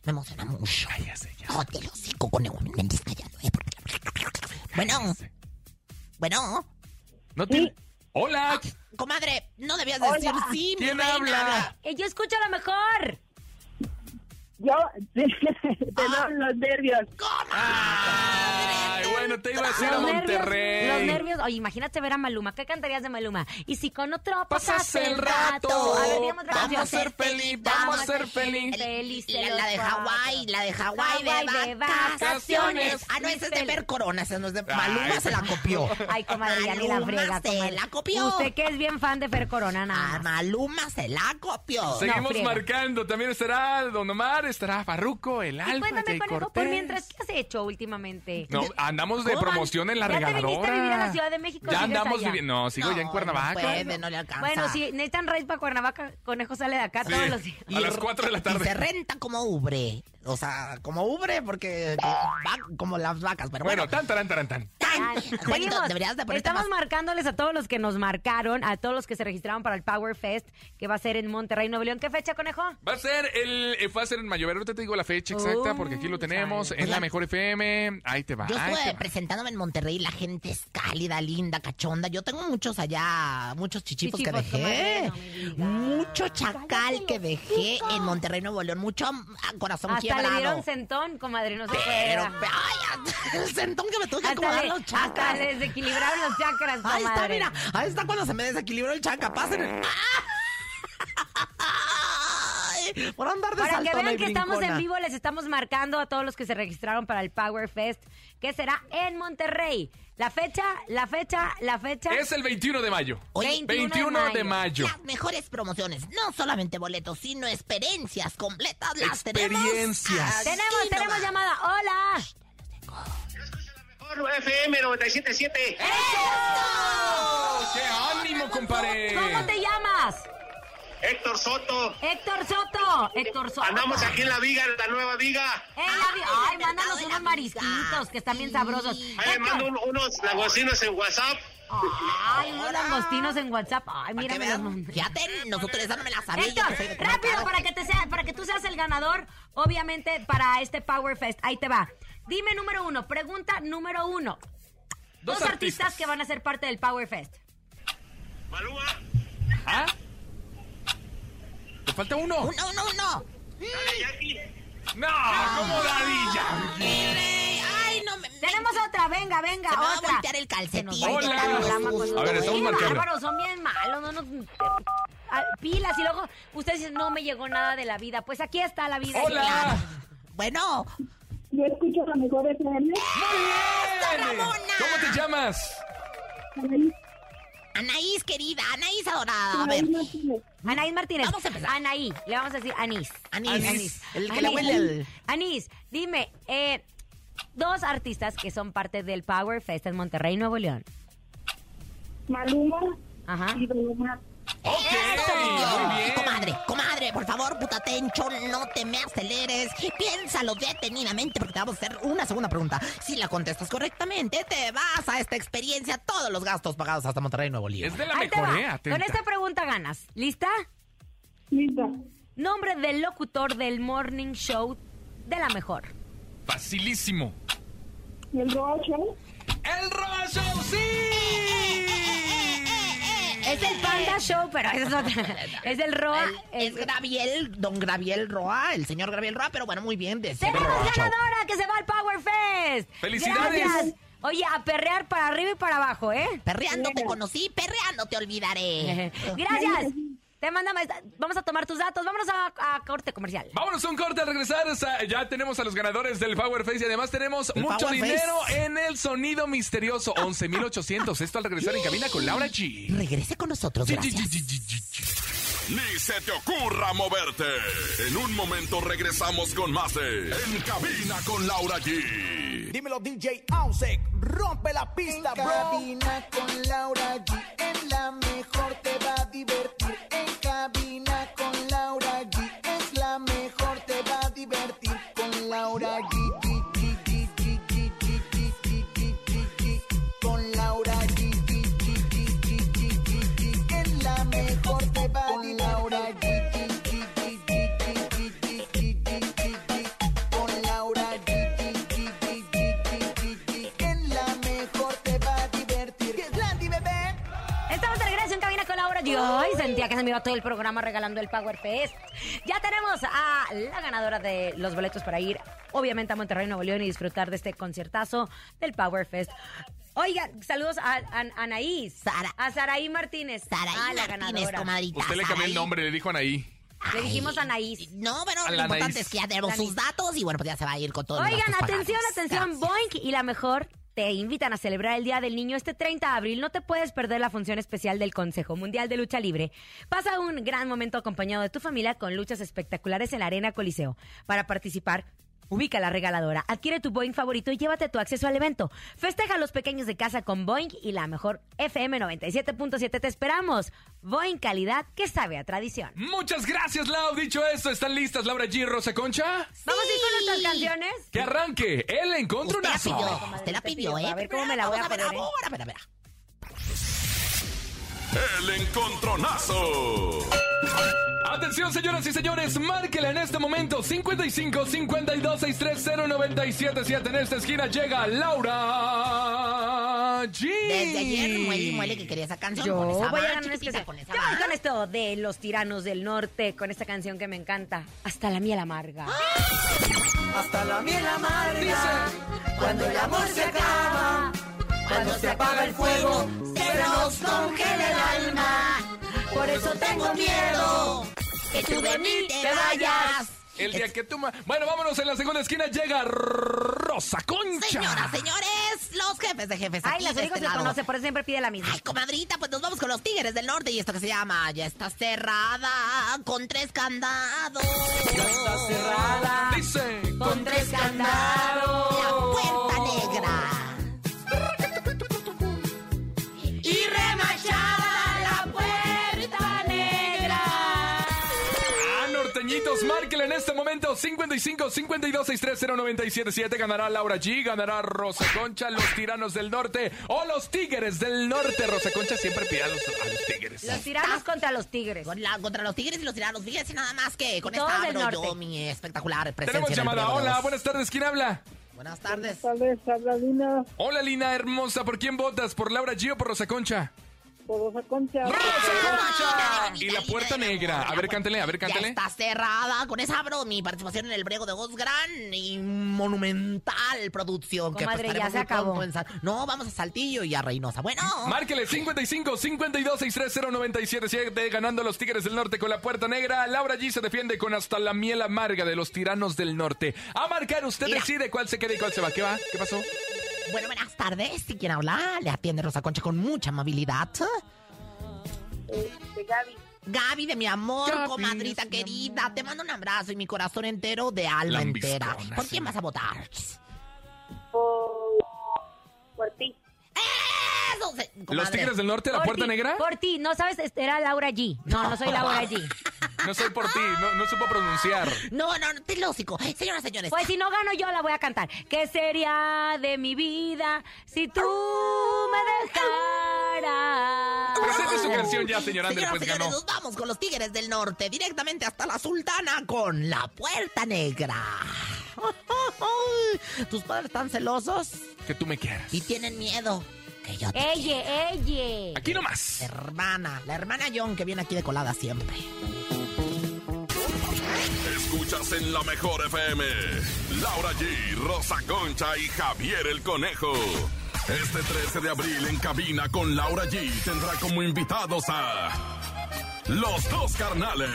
Speaker 5: Me emociona mucho.
Speaker 6: Cállese ya.
Speaker 5: No te lo sigo con el me andes callando, eh. porque la- Bueno, bueno.
Speaker 6: No tiene- Hola.
Speaker 5: Comadre, no debías decir sí, mi
Speaker 6: ¿Quién
Speaker 5: reina.
Speaker 6: habla?
Speaker 4: Eh, Yo escucho lo mejor.
Speaker 2: Yo,
Speaker 4: Ah.
Speaker 9: *laughs*
Speaker 2: perdón, los nervios.
Speaker 6: Ay, bueno, te iba a decir a
Speaker 4: Los nervios,
Speaker 6: Monterrey.
Speaker 4: los nervios. Oye, imagínate ver a Maluma. ¿Qué cantarías de Maluma? Y si con otro
Speaker 6: Pasas el rato.
Speaker 4: A ver, digamos otra
Speaker 6: Vamos a
Speaker 4: canción.
Speaker 6: ser feliz, vamos a ser feliz.
Speaker 4: feliz
Speaker 5: La, la de
Speaker 4: los cuatro.
Speaker 5: Hawái, la de Hawái
Speaker 4: Hawái
Speaker 5: de,
Speaker 4: de
Speaker 5: vacaciones.
Speaker 4: vacaciones.
Speaker 5: Ah, no, esa es de ver corona, esa no es de...
Speaker 6: Ay,
Speaker 5: Maluma se la copió.
Speaker 4: *laughs* Ay, comadre, ya ni la
Speaker 5: Maluma
Speaker 4: frega,
Speaker 5: se
Speaker 4: comadre.
Speaker 5: la copió.
Speaker 4: Usted que es bien fan de Fer Corona,
Speaker 5: Ah,
Speaker 4: nada más.
Speaker 5: Maluma se la copió.
Speaker 4: Sí.
Speaker 6: Seguimos
Speaker 4: friega.
Speaker 6: marcando. También estará Don Omar, estará Farruco, el
Speaker 4: Y
Speaker 6: Alfa,
Speaker 4: cuéntame,
Speaker 6: Jay
Speaker 4: conejo, por
Speaker 6: Cortés.
Speaker 4: mientras, ¿qué has hecho últimamente?
Speaker 6: No, andamos de
Speaker 5: ¿Cómo van?
Speaker 6: promoción en la
Speaker 4: ¿Ya te viniste a
Speaker 6: regaladora.
Speaker 4: vivir a la Ciudad de México o
Speaker 6: Ya
Speaker 4: sigues
Speaker 6: andamos
Speaker 4: allá?
Speaker 6: viviendo. No, sigo ya en Cuernavaca.
Speaker 5: No, puede, no le alcanza.
Speaker 4: Bueno, si necesitan raíz para Cuernavaca, conejo sale de acá
Speaker 6: Sí,
Speaker 4: todos los días.
Speaker 6: A las 4 de la
Speaker 5: Y se
Speaker 6: tarde.
Speaker 5: renta como ubre. O sea, como ubre porque va como las vacas, pero bueno.
Speaker 6: Bueno, tan, tan, tan, tan.
Speaker 4: Ah,
Speaker 5: tan. Juanito,
Speaker 4: seguimos.
Speaker 5: deberías de ponerte
Speaker 4: Estamos
Speaker 5: más-
Speaker 4: marcándoles a todos los que nos marcaron, a todos los que se registraron para el Power Fest, que va a ser en Monterrey, Nuevo León. ¿Qué fecha, conejo?
Speaker 6: Va a ser el. eh, Fue a ser en Mayover. Ahorita te digo la fecha exacta
Speaker 4: Oh,
Speaker 6: porque aquí lo tenemos.
Speaker 4: chale.
Speaker 6: En la mejor FM. Ahí te va.
Speaker 5: Yo
Speaker 6: ahí te
Speaker 5: estuve
Speaker 6: va.
Speaker 5: presentándome en Monterrey, la gente es cálida, linda, cachonda. Yo tengo muchos allá, muchos chichipos
Speaker 4: Chichipos,
Speaker 5: que dejé.
Speaker 4: comadre, no me digas.
Speaker 5: mucho chacal que dejé en Monterrey, Nuevo León. Mucho ah, corazón
Speaker 4: Hasta
Speaker 5: quiebrado.
Speaker 4: le dieron sentón, comadre, no se
Speaker 5: pero,
Speaker 4: puede.
Speaker 5: ay, hasta el sentón que me tuve que
Speaker 4: Hasta,
Speaker 5: acomodar
Speaker 4: le-
Speaker 5: los chacas.
Speaker 4: hasta le desequilibraron los chakras, comadre.
Speaker 5: Ahí está, mira. Ahí está cuando se me desequilibró el chaca. Pasen. el- ¡Ay! Por andar de
Speaker 4: Para que
Speaker 5: saltona
Speaker 4: vean
Speaker 5: y
Speaker 4: que estamos
Speaker 5: brincona.
Speaker 4: en vivo, les estamos marcando a todos los que se registraron para el Power Fest, que será en Monterrey. La fecha, la fecha, la fecha.
Speaker 6: Es el 21 de mayo.
Speaker 5: Oye,
Speaker 6: 21 de mayo.
Speaker 5: Las mejores promociones, no solamente boletos, sino experiencias completas. Las
Speaker 6: Experiencias.
Speaker 5: Tenemos,
Speaker 4: Tenemos,
Speaker 5: aquí
Speaker 4: tenemos
Speaker 5: nomás.
Speaker 4: llamada. Hola.
Speaker 9: Mejor FM 977.
Speaker 4: Eh.
Speaker 5: ¡Oh!
Speaker 6: ¡Qué ánimo, compadre!
Speaker 4: ¿Cómo te llamas?
Speaker 11: Héctor Soto.
Speaker 4: Héctor Soto. Héctor Soto.
Speaker 11: Andamos aquí en la viga, en la nueva viga.
Speaker 4: Eh, Gaby,
Speaker 5: Ah,
Speaker 4: Ay, mándanos unos marisquitos que están bien sabrosos.
Speaker 11: Ahí le mando un- unos langostinos en WhatsApp.
Speaker 4: Ay, unos langostinos en WhatsApp. Ay, mira, me los mandé.
Speaker 5: nosotros esa no me la sabía. yo
Speaker 4: Héctor,
Speaker 5: que soy de
Speaker 4: rápido
Speaker 5: mercado.
Speaker 4: para que te sea, para que tú seas el ganador, obviamente para este Power Fest. Ahí te va. Dime número uno, pregunta número uno. Dos,
Speaker 6: Dos
Speaker 4: artistas.
Speaker 6: artistas.
Speaker 4: que van a ser parte del Power Fest.
Speaker 11: Maluma.
Speaker 6: ¿Ah? ¿Te falta uno?
Speaker 5: Uno, uno, uno.
Speaker 11: Dale, Jackie.
Speaker 6: ¡No! ¿Cómo Daddy Yankee?
Speaker 5: Ay, no me.
Speaker 4: Tenemos otra, venga, venga,
Speaker 5: Se me va a
Speaker 4: otra.
Speaker 5: voltear el
Speaker 4: Se
Speaker 5: calcetín.
Speaker 4: nos va a ir el
Speaker 6: Hola.
Speaker 4: panorama con los
Speaker 6: A ver,
Speaker 4: dos.
Speaker 6: estamos
Speaker 4: Qué
Speaker 6: marcando.
Speaker 4: bárbaros, son bien malos, no nos- Ah, pilas y luego ustedes dicen, no me llegó nada de la vida. Pues aquí está la vida.
Speaker 6: ¡Hola!
Speaker 5: Bueno,
Speaker 2: Yo escucho la mejor FM.
Speaker 6: ¡Muy bien!
Speaker 5: Ramona!
Speaker 6: ¿Cómo te llamas?
Speaker 2: Anaí,
Speaker 5: Anaís, querida, Anaís adorada. A ver,
Speaker 2: Anaí Martínez.
Speaker 4: Anaís Martínez.
Speaker 5: Vamos a empezar.
Speaker 4: Anaí, le vamos a decir Anís.
Speaker 5: Anís.
Speaker 4: Anís.
Speaker 5: El que le huele al-
Speaker 4: Anís, dime, eh, dos artistas que son parte del Power Fest en Monterrey, Nuevo León.
Speaker 2: Maluma
Speaker 4: Ajá.
Speaker 2: y Maluma.
Speaker 6: ¡Ok!
Speaker 5: Dios,
Speaker 6: ¡Muy bien!
Speaker 5: Comadre, comadre, por favor, putatencho, no te me aceleres. Piénsalo detenidamente porque te vamos a hacer una segunda pregunta. Si la contestas correctamente, te vas a esta experiencia todos los gastos pagados hasta Monterrey, Nuevo León.
Speaker 6: Es de la
Speaker 4: Ahí te va.
Speaker 6: mejor, ¿eh?
Speaker 4: Con
Speaker 6: Atenta.
Speaker 4: esta pregunta ganas. ¿Lista?
Speaker 2: Lista.
Speaker 4: Nombre del locutor del morning show de la mejor.
Speaker 6: Facilísimo.
Speaker 2: Y el Rocho.
Speaker 6: ¡El Rojo
Speaker 4: Eh,
Speaker 6: sí!
Speaker 4: Es el Panda Show, pero esa es
Speaker 5: *laughs*
Speaker 4: otra. Es el Roa.
Speaker 5: El- Ah, es
Speaker 4: el-
Speaker 5: Graviel, don Graviel Roa, el señor Graviel Roa, pero bueno, muy bien. De
Speaker 4: ¡Tenemos
Speaker 5: Roa Show.
Speaker 4: ganadora que se va al Power Fest!
Speaker 6: ¡Felicidades!
Speaker 4: Gracias. Oye, a perrear para arriba y para abajo, ¿eh?
Speaker 5: Perreando te conocí, perreando te olvidaré.
Speaker 4: *laughs* Gracias. Te mandamos. Vamos a tomar tus datos. Vámonos a, a corte comercial.
Speaker 6: Vámonos a un corte al regresar. sa- Ya tenemos a los ganadores del Power Face y además tenemos
Speaker 5: El
Speaker 6: mucho
Speaker 5: Power
Speaker 6: dinero
Speaker 5: Face.
Speaker 6: en el sonido misterioso. 11,800. Esto al regresar en cabina con Laura G.
Speaker 5: Regrese con nosotros,
Speaker 6: G, G,
Speaker 5: gracias.
Speaker 6: G, G, G, G.
Speaker 7: Ni se te ocurra moverte. En un momento regresamos con más de En cabina con Laura G.
Speaker 3: Dímelo DJ Ausek, rompe la pista, en Cabina con Laura G, en la mejor te va a divertir. En cabina con Laura G, es la mejor te va a divertir. Con Laura G, G, G, G, G, G, G, G, G, G, G, G. con Laura G, G, G, G, G, G, G, G. en la mejor te va a divertir. Con Laura G, G, G, G, G, G, G, G, G, G, G. Con Laura G, G, G, G, G, G, G, G. En la mejor te va a divertir. ¡Que es Landy, bebé!
Speaker 4: Estamos de regreso en cabina con Laura G. Ay, sentía que se me iba todo el programa regalando el Power Fest. Ya tenemos a la ganadora de los boletos para ir, obviamente, a Monterrey, Nuevo León y disfrutar de este conciertazo del Power Fest. Oiga, saludos a, a- a Anaís.
Speaker 5: Sara.
Speaker 4: A Saraí Martínez.
Speaker 5: Saraí
Speaker 4: Ah, la
Speaker 5: Martínez,
Speaker 4: ganadora.
Speaker 5: comadrita.
Speaker 6: Usted le cambió
Speaker 5: Saraí.
Speaker 6: el nombre, le dijo Anaí.
Speaker 4: Le dijimos a Anaís.
Speaker 5: No, pero
Speaker 6: A
Speaker 5: lo
Speaker 6: la
Speaker 5: importante
Speaker 6: Anaís.
Speaker 5: es que ya tenemos sus datos y bueno, pues ya se va a ir con todo.
Speaker 4: Oigan, atención, atención, Boink y la mejor te invitan a celebrar el Día del Niño este 30 de abril. No te puedes perder la función especial del Consejo Mundial de Lucha Libre. Pasa un gran momento acompañado de tu familia con luchas espectaculares en la Arena Coliseo. Para participar, ubica la regaladora, adquiere tu Boeing favorito y llévate tu acceso al evento. Festeja a los pequeños de casa con Boeing y la mejor FM 97.7. Te esperamos. Boeing calidad que sabe a tradición.
Speaker 6: Muchas gracias, Lau. Dicho esto, ¿están listas Laura G y Rosa Concha?
Speaker 4: Vamos a ir con nuestras canciones.
Speaker 6: ¡Que arranque! ¡El
Speaker 5: Usted la
Speaker 6: encontronazo!
Speaker 5: pidió, usted la pidió, ¿eh?
Speaker 4: A ver cómo me la voy a
Speaker 5: Vamos ver
Speaker 4: poner, ¿eh?
Speaker 5: ahora, a ver, a ver.
Speaker 7: El encontronazo.
Speaker 6: Atención, señoras y señores, márquela en este momento 55 52 630 977. En esta esquina llega Laura G.
Speaker 5: Desde ayer, muele y muele que quería esa canción.
Speaker 4: Yo
Speaker 5: con esa
Speaker 4: voy
Speaker 5: va,
Speaker 4: a ganar
Speaker 5: chiquitita,
Speaker 4: esta
Speaker 5: con esa
Speaker 4: Yo voy
Speaker 5: va.
Speaker 4: con esto de los tiranos del norte, con esta canción que me encanta. Hasta la miel amarga.
Speaker 3: Hasta la miel amarga,
Speaker 6: Dice.
Speaker 3: cuando el amor se acaba, cuando se apaga el fuego, se nos congela el alma. Por eso tengo miedo.
Speaker 5: Que tú de mí te vayas.
Speaker 6: El día que tú... ma- Bueno, vámonos, en la segunda esquina llega Rosa Concha.
Speaker 5: Señoras, señores, los jefes de jefes.
Speaker 4: Ay,
Speaker 5: aquí
Speaker 4: las
Speaker 5: de
Speaker 4: únicas
Speaker 5: este
Speaker 4: se
Speaker 5: lado.
Speaker 4: conoce, por eso siempre pide la misma.
Speaker 5: Ay, comadrita, pues nos vamos con los Tigres del Norte y esto que se llama Ya está cerrada con tres candados. Ya está cerrada
Speaker 6: Dice...
Speaker 5: con tres candados. La puerta negra. Y remachada la puerta negra.
Speaker 6: favoritos, Ah, márquenle en este momento 55 52 630 Ganará Laura G, ganará Rosa Concha, los tiranos del norte o los tigres del norte. Rosa Concha siempre pide a los, a los tigres.
Speaker 4: Los tiranos contra los tigres.
Speaker 5: Con la- contra los tigres y los tiranos. Fíjense nada más que con
Speaker 4: Todos
Speaker 5: esta
Speaker 4: del
Speaker 5: abro
Speaker 4: norte.
Speaker 5: yo mi espectacular presencia.
Speaker 6: Tenemos
Speaker 5: en el
Speaker 6: llamada.
Speaker 5: programa.
Speaker 6: Hola, buenas tardes. ¿Quién habla?
Speaker 5: Buenas tardes.
Speaker 2: Tal vez habla Lina
Speaker 6: Hola, Lina hermosa. ¿Por quién votas? ¿Por Laura G o por Rosa Concha?
Speaker 2: por Rosa Concha.
Speaker 6: ¡Rosa Concha!
Speaker 5: Ay,
Speaker 6: Y la
Speaker 5: ay,
Speaker 6: puerta
Speaker 5: ay, ay,
Speaker 6: negra.
Speaker 5: ay,
Speaker 6: A ver,
Speaker 5: ya,
Speaker 6: cántele, a ver,
Speaker 5: Ya
Speaker 6: cántele.
Speaker 5: está cerrada. Con esa abro mi participación en el brego de voz gran y monumental producción. que
Speaker 4: Comadre,
Speaker 5: pues,
Speaker 4: ya
Speaker 5: estaremos
Speaker 4: se
Speaker 5: muy
Speaker 4: acabó.
Speaker 5: pronto en Sa- No, vamos a Saltillo y a Reynosa. Bueno.
Speaker 6: Márquele 55 52 630 977 ganando los Tigres del Norte con la puerta negra. Laura G se defiende con hasta la miel amarga de los tiranos del norte. A marcar, usted
Speaker 5: Mira.
Speaker 6: decide cuál se queda y cuál se va. ¿Qué va? ¿Qué pasó?
Speaker 5: Bueno, buenas tardes. Si quiere hablar, le atiende Rosa Concha con mucha amabilidad.
Speaker 2: Este, Gaby.
Speaker 5: Gaby de mi amor,
Speaker 6: Gaby,
Speaker 5: comadrita
Speaker 6: es mi
Speaker 5: querida, te mando un abrazo y mi corazón entero de alma
Speaker 6: Lambiscona,
Speaker 5: entera. ¿Por
Speaker 6: sí.
Speaker 5: quién vas a votar?
Speaker 2: Por, por ti.
Speaker 5: Eso se-
Speaker 6: ¿Los
Speaker 5: comadre.
Speaker 6: Tigres del Norte, la
Speaker 4: Por
Speaker 6: puerta
Speaker 4: ti,
Speaker 6: negra?
Speaker 4: Por ti, no sabes, este, era Laura G. No, no soy
Speaker 6: *laughs*
Speaker 4: Laura G.
Speaker 6: No soy por ti, no, no supo pronunciar.
Speaker 5: No, no, no, te lógico. Señoras, señores.
Speaker 4: Pues si no gano yo la voy a cantar. ¿Qué sería de mi vida si tú me dejaras?
Speaker 6: Presente pues, su canción ya, señor Ander,
Speaker 5: Señoras,
Speaker 6: pues
Speaker 5: señores,
Speaker 6: ganó.
Speaker 5: nos vamos con los Tigres del Norte, directamente hasta la Sultana con la Puerta Negra. *laughs* Tus padres están celosos
Speaker 6: Que tú me quieras.
Speaker 5: y tienen miedo que yo te
Speaker 4: Ella, ella.
Speaker 6: Aquí nomás.
Speaker 5: La hermana, la hermana John que viene aquí de colada siempre.
Speaker 7: Escuchas en la mejor FM. Laura G, Rosa Concha y Javier el Conejo. Este 13 de abril en cabina con Laura G tendrá como invitados a los dos carnales.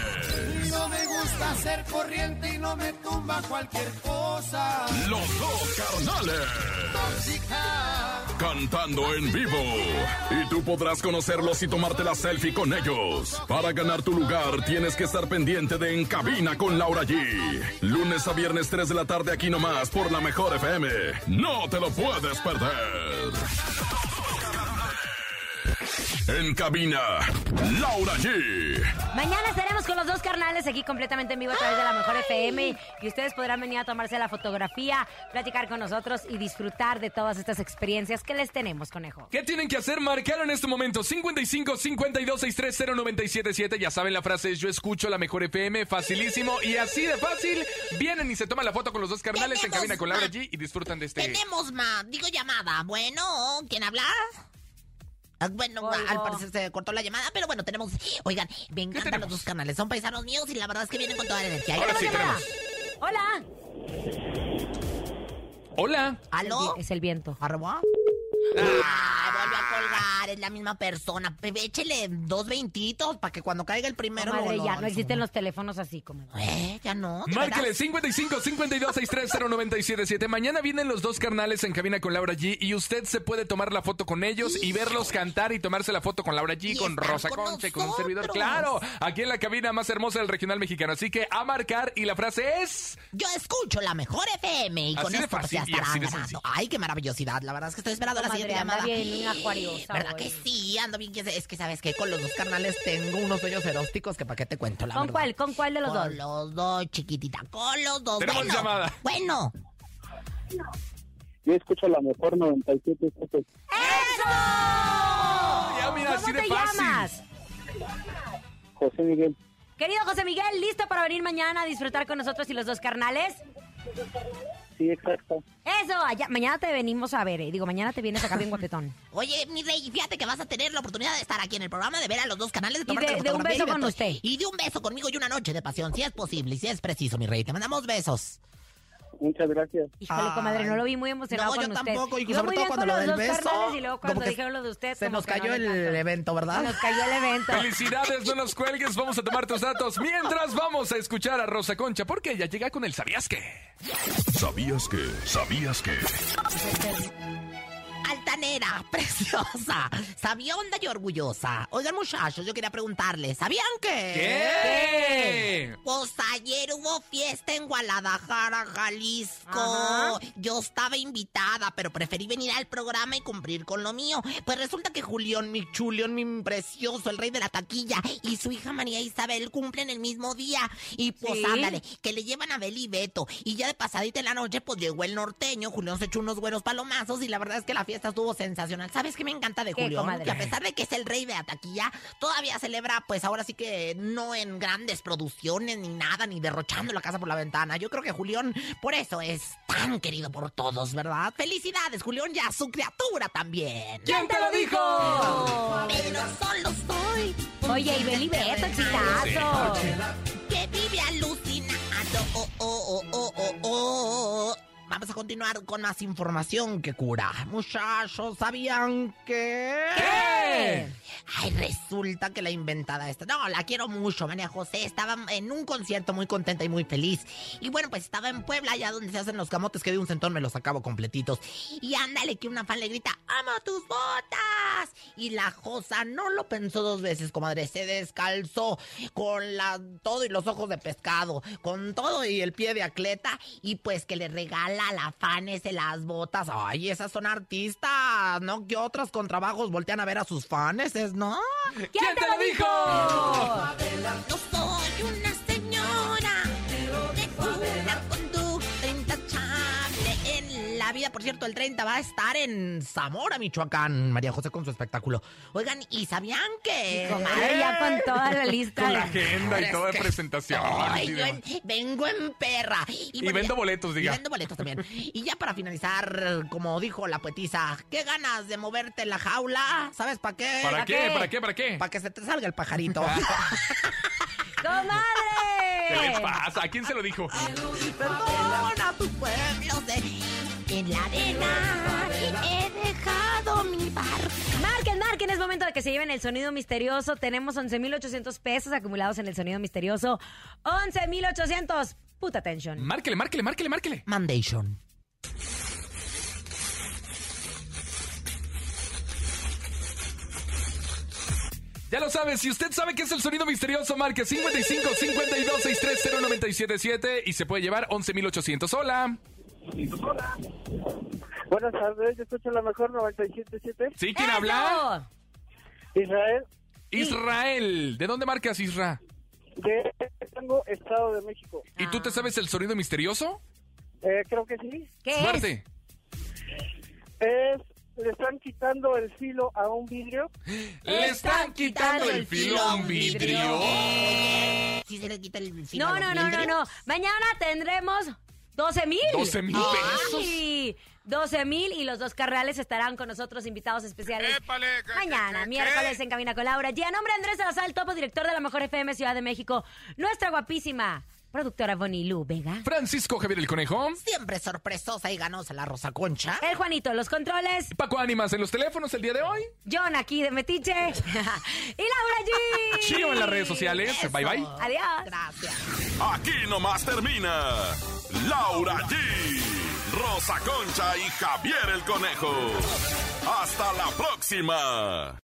Speaker 3: No me gusta ser corriente y no me tumba cualquier cosa.
Speaker 7: Los dos carnales. Cantando en vivo. Y tú podrás conocerlos y tomarte la selfie con ellos. Para ganar tu lugar tienes que estar pendiente de En Cabina con Laura G. Lunes a viernes 3 de la tarde aquí nomás por la mejor FM. No te lo puedes perder. En cabina, Laura G.
Speaker 4: Mañana estaremos con los dos carnales aquí completamente en vivo a través de la Mejor FM. Y ustedes podrán venir a tomarse la fotografía, platicar con nosotros y disfrutar de todas estas experiencias que les tenemos, conejo.
Speaker 6: ¿Qué tienen que hacer? Marcar en este momento 55 52 630 977. Ya saben la frase es yo escucho la mejor FM, facilísimo y así de fácil. Vienen y se toman la foto con los dos carnales en
Speaker 5: Tenemos-
Speaker 6: cabina con Laura
Speaker 5: ah.
Speaker 6: G y disfrutan de este.
Speaker 5: Tenemos más, digo llamada. Bueno, ¿quién habla? Ah, Bueno,
Speaker 4: Oigo.
Speaker 5: al parecer se cortó la llamada, pero bueno, tenemos. Oigan, me encantan
Speaker 6: tenemos?
Speaker 5: los dos canales, son paisanos míos y la verdad es que vienen con toda la energía.
Speaker 6: Ahora sí
Speaker 5: llamada.
Speaker 6: tenemos.
Speaker 4: Hola.
Speaker 6: Hola.
Speaker 5: ¿Aló?
Speaker 4: Es el viento.
Speaker 6: Ah.
Speaker 5: ¿Arroba? Ay, vuelve a colgar, es la misma persona. Pe- Échele dos veintitos para que cuando caiga el primero.
Speaker 4: Madre,
Speaker 5: luego lo-
Speaker 4: ya no existen los teléfonos así, como.
Speaker 5: Eh, ya no. ¿de
Speaker 6: Márquele
Speaker 5: veras?
Speaker 6: 55 52 630 977. Mañana vienen los dos carnales en cabina con Laura G y usted se puede tomar la foto con ellos y verlos cantar y tomarse la foto con Laura G,
Speaker 5: Y
Speaker 6: con
Speaker 5: estar
Speaker 6: Rosa
Speaker 5: con
Speaker 6: Concha, y con un
Speaker 5: nosotros.
Speaker 6: servidor. Claro, aquí en la cabina más hermosa del regional mexicano. Así que a marcar y la frase es.
Speaker 5: Yo escucho la mejor FM y
Speaker 6: Así
Speaker 5: con
Speaker 6: de
Speaker 5: esto pues, ya
Speaker 6: fácil y así
Speaker 5: estarán
Speaker 6: de
Speaker 5: ganando.
Speaker 6: sencillo.
Speaker 5: Ay, qué maravillosidad. La verdad es que estoy esperando la
Speaker 4: Comadre,
Speaker 5: siguiente
Speaker 4: anda
Speaker 5: llamada.
Speaker 4: bien acuariosa
Speaker 5: ¿Verdad
Speaker 4: hoy.
Speaker 5: que sí? Ando bien. que- Es que sabes que con los dos carnales tengo unos sueños eróticos que para qué te cuento la
Speaker 4: ¿Con
Speaker 5: verdad.
Speaker 4: cuál? ¿Con cuál de los dos?
Speaker 5: con los dos, chiquitita. Con los dos.
Speaker 6: Tenemos
Speaker 5: bueno,
Speaker 6: llamada.
Speaker 5: Bueno.
Speaker 9: Yo escucho la mejor 97.7.
Speaker 4: ¡Eso!
Speaker 6: Ya, mira, así
Speaker 4: ¿Cómo
Speaker 6: de
Speaker 4: te
Speaker 6: fácil.
Speaker 4: llamas?
Speaker 9: José Miguel.
Speaker 4: Querido José Miguel, ¿listo para venir mañana a disfrutar con nosotros y los dos carnales?
Speaker 9: Sí, exacto.
Speaker 4: Eso, allá, mañana te venimos a ver, eh. digo, mañana te vienes acá bien
Speaker 5: *laughs*
Speaker 4: guapetón.
Speaker 5: Oye, mi rey, fíjate que vas a tener la oportunidad de estar aquí en el programa, de ver a los dos canales, de
Speaker 4: Y
Speaker 5: tomarte
Speaker 4: de-
Speaker 5: la
Speaker 4: de un
Speaker 5: fotografía
Speaker 4: beso
Speaker 5: y
Speaker 4: con
Speaker 5: de-
Speaker 4: usted.
Speaker 5: Y de un beso conmigo y una noche de pasión, si es posible y si es preciso, mi rey. Te mandamos besos.
Speaker 9: Muchas gracias.
Speaker 4: Híjole,
Speaker 5: Ay.
Speaker 4: comadre, no lo vi muy emocionado
Speaker 5: No, yo
Speaker 4: cuando usted.
Speaker 5: tampoco, y
Speaker 4: Iba muy
Speaker 5: sobre todo
Speaker 4: bien
Speaker 5: cuando
Speaker 4: con
Speaker 5: lo
Speaker 4: los
Speaker 5: del
Speaker 4: dos
Speaker 5: beso,
Speaker 4: carnales y luego
Speaker 5: como
Speaker 4: cuando
Speaker 5: que
Speaker 4: dijeron lo de usted.
Speaker 5: Se
Speaker 4: como
Speaker 5: nos
Speaker 4: que no
Speaker 5: cayó
Speaker 4: le
Speaker 5: el
Speaker 4: encantó.
Speaker 5: evento,
Speaker 4: Se
Speaker 5: ¿verdad?
Speaker 4: nos cayó el evento.
Speaker 6: Felicidades, no nos cuelgues, vamos a tomar tus datos. Mientras vamos a escuchar a Rosa Concha, porque ella llega con el ¿Sabías qué?
Speaker 7: ¿Sabías que? ¿Sabías que?
Speaker 5: Alta Platanera, *laughs* preciosa, sabionda y orgullosa. Oigan, muchachos, yo quería preguntarles, ¿sabían que?
Speaker 4: Este,
Speaker 6: ¿Qué?
Speaker 5: Pues ayer hubo fiesta en Guadalajara, Jalisco.
Speaker 4: Ajá.
Speaker 5: Yo estaba invitada, pero preferí venir al programa y cumplir con lo mío. Pues resulta que Julián, mi chulión, mi precioso, el rey de la taquilla, y su hija María Isabel cumplen el mismo día. Y pues
Speaker 4: Sí.
Speaker 5: ándale, que le llevan a Beli y Beto. Y ya de pasadita en la noche, pues llegó el norteño. Julián se echó unos güeros palomazos y la verdad es que la fiesta estuvo sensacional. ¿Sabes qué me encanta de
Speaker 4: ¿Qué,
Speaker 5: Julián?
Speaker 4: comadre?
Speaker 5: Que a pesar de que es el rey de la taquilla, todavía celebra, pues ahora sí que no en grandes producciones ni nada, ni derrochando la casa por la ventana. Yo creo que Julián, por eso es tan querido por todos, ¿verdad? Felicidades, Julián, ya su criatura también.
Speaker 4: ¿Quién te lo dijo?
Speaker 5: Pero solo soy. un
Speaker 4: Oye, y Beli Beto, chistazo.
Speaker 5: que vive alucinado. Oh, oh, oh, oh, oh, oh, oh. Vamos a continuar con más información que cura. Muchachos, ¿sabían que...?
Speaker 6: ¿Qué?
Speaker 5: Ay, resulta que la inventada esta. No, la quiero mucho, María José. Estaba en un concierto muy contenta y muy feliz. Y bueno, pues estaba en Puebla, allá donde se hacen los camotes, que de un centón me los acabo completitos. Y ándale, que una fan le grita: ¡Amo tus botas! Y la Josa no lo pensó dos veces, comadre. Se descalzó con la, todo y los ojos de pescado, con todo y el pie de acleta. Y pues que le regala a la fan ese las botas. Ay, esas son artistas, ¿no? Que otras con trabajos voltean a ver a sus fans, ¿no?
Speaker 4: ¿Quién te lo dijo?
Speaker 5: Yo soy una señora de una conducta intachable en la vida. Por cierto, el 30 va a estar en Zamora, Michoacán. María José con su espectáculo. Oigan, ¿y sabían que...?
Speaker 4: Comadre, ya con toda la lista.
Speaker 6: Con la agenda
Speaker 5: Es
Speaker 6: y toda
Speaker 5: que-
Speaker 6: de presentación.
Speaker 5: Ay,
Speaker 6: y
Speaker 5: yo
Speaker 6: demás.
Speaker 5: en- vengo en perra. Y, bueno,
Speaker 6: vendo boletos, diga.
Speaker 5: Y vendo boletos también. y ya para finalizar, como dijo la poetisa, ¿qué ganas de moverte en la jaula? ¿Sabes para qué?
Speaker 6: ¿Para qué?
Speaker 4: qué?
Speaker 6: ¿Para qué? ¿Para qué?
Speaker 5: Para que se te salga el
Speaker 6: *laughs*
Speaker 5: pajarito.
Speaker 6: ¿Qué le
Speaker 4: ¡Comadre!
Speaker 6: pasa? ¿A quién se lo dijo?
Speaker 5: Perdona tu pueblo de... En la arena he dejado mi barco.
Speaker 4: Marquen, marquen, es momento de que se lleven el sonido misterioso. Tenemos 11,800 pesos acumulados en el sonido misterioso. 11,800. Puta tensión.
Speaker 6: Márquele, márquele, márquele, márquele.
Speaker 5: Mandation.
Speaker 6: Ya lo sabes, si usted sabe qué es el sonido misterioso, marque 55 52 630 977 y se puede llevar 11800. Hola.
Speaker 9: Buenas tardes, yo escucho la mejor 97.7.
Speaker 6: ¿Sí quién habla?
Speaker 4: ¡Eso!
Speaker 9: Israel,
Speaker 6: Israel. ¿De dónde marcas Isra?
Speaker 9: de Tango, Estado de México.
Speaker 6: ¿Y tú te sabes el sonido misterioso?
Speaker 9: Eh, creo que sí.
Speaker 4: ¿Qué es?
Speaker 6: Marte.
Speaker 9: Es, le están quitando el filo a un vidrio.
Speaker 6: Le están quitando el filo a un vidrio.
Speaker 5: Si se le quita el filo
Speaker 4: No,
Speaker 5: a los
Speaker 4: no, no, no,
Speaker 5: vidrios.
Speaker 4: no. Mañana tendremos 12 mil.
Speaker 6: 12,000 pesos.
Speaker 4: 12 mil y los dos carrales estarán con nosotros invitados especiales. Mañana, miércoles en Cabina con Laura. Y a nombre de Andrés Salazar, el topo director de la Mejor FM Ciudad de México, nuestra guapísima productora Bonnie Lu Vega.
Speaker 6: Francisco Javier el Conejo.
Speaker 5: Siempre sorpresosa y ganosa la Rosa Concha.
Speaker 4: El Juanito, los controles.
Speaker 6: Paco Ánimas en los teléfonos el día de hoy.
Speaker 4: John aquí de Metiche. *laughs* y Laura G.
Speaker 6: Chío en las redes sociales.
Speaker 5: Eso.
Speaker 6: Bye bye.
Speaker 4: Adiós.
Speaker 5: Gracias.
Speaker 7: Aquí nomás termina Laura G, Rosa Concha y Javier el Conejo. Hasta la próxima.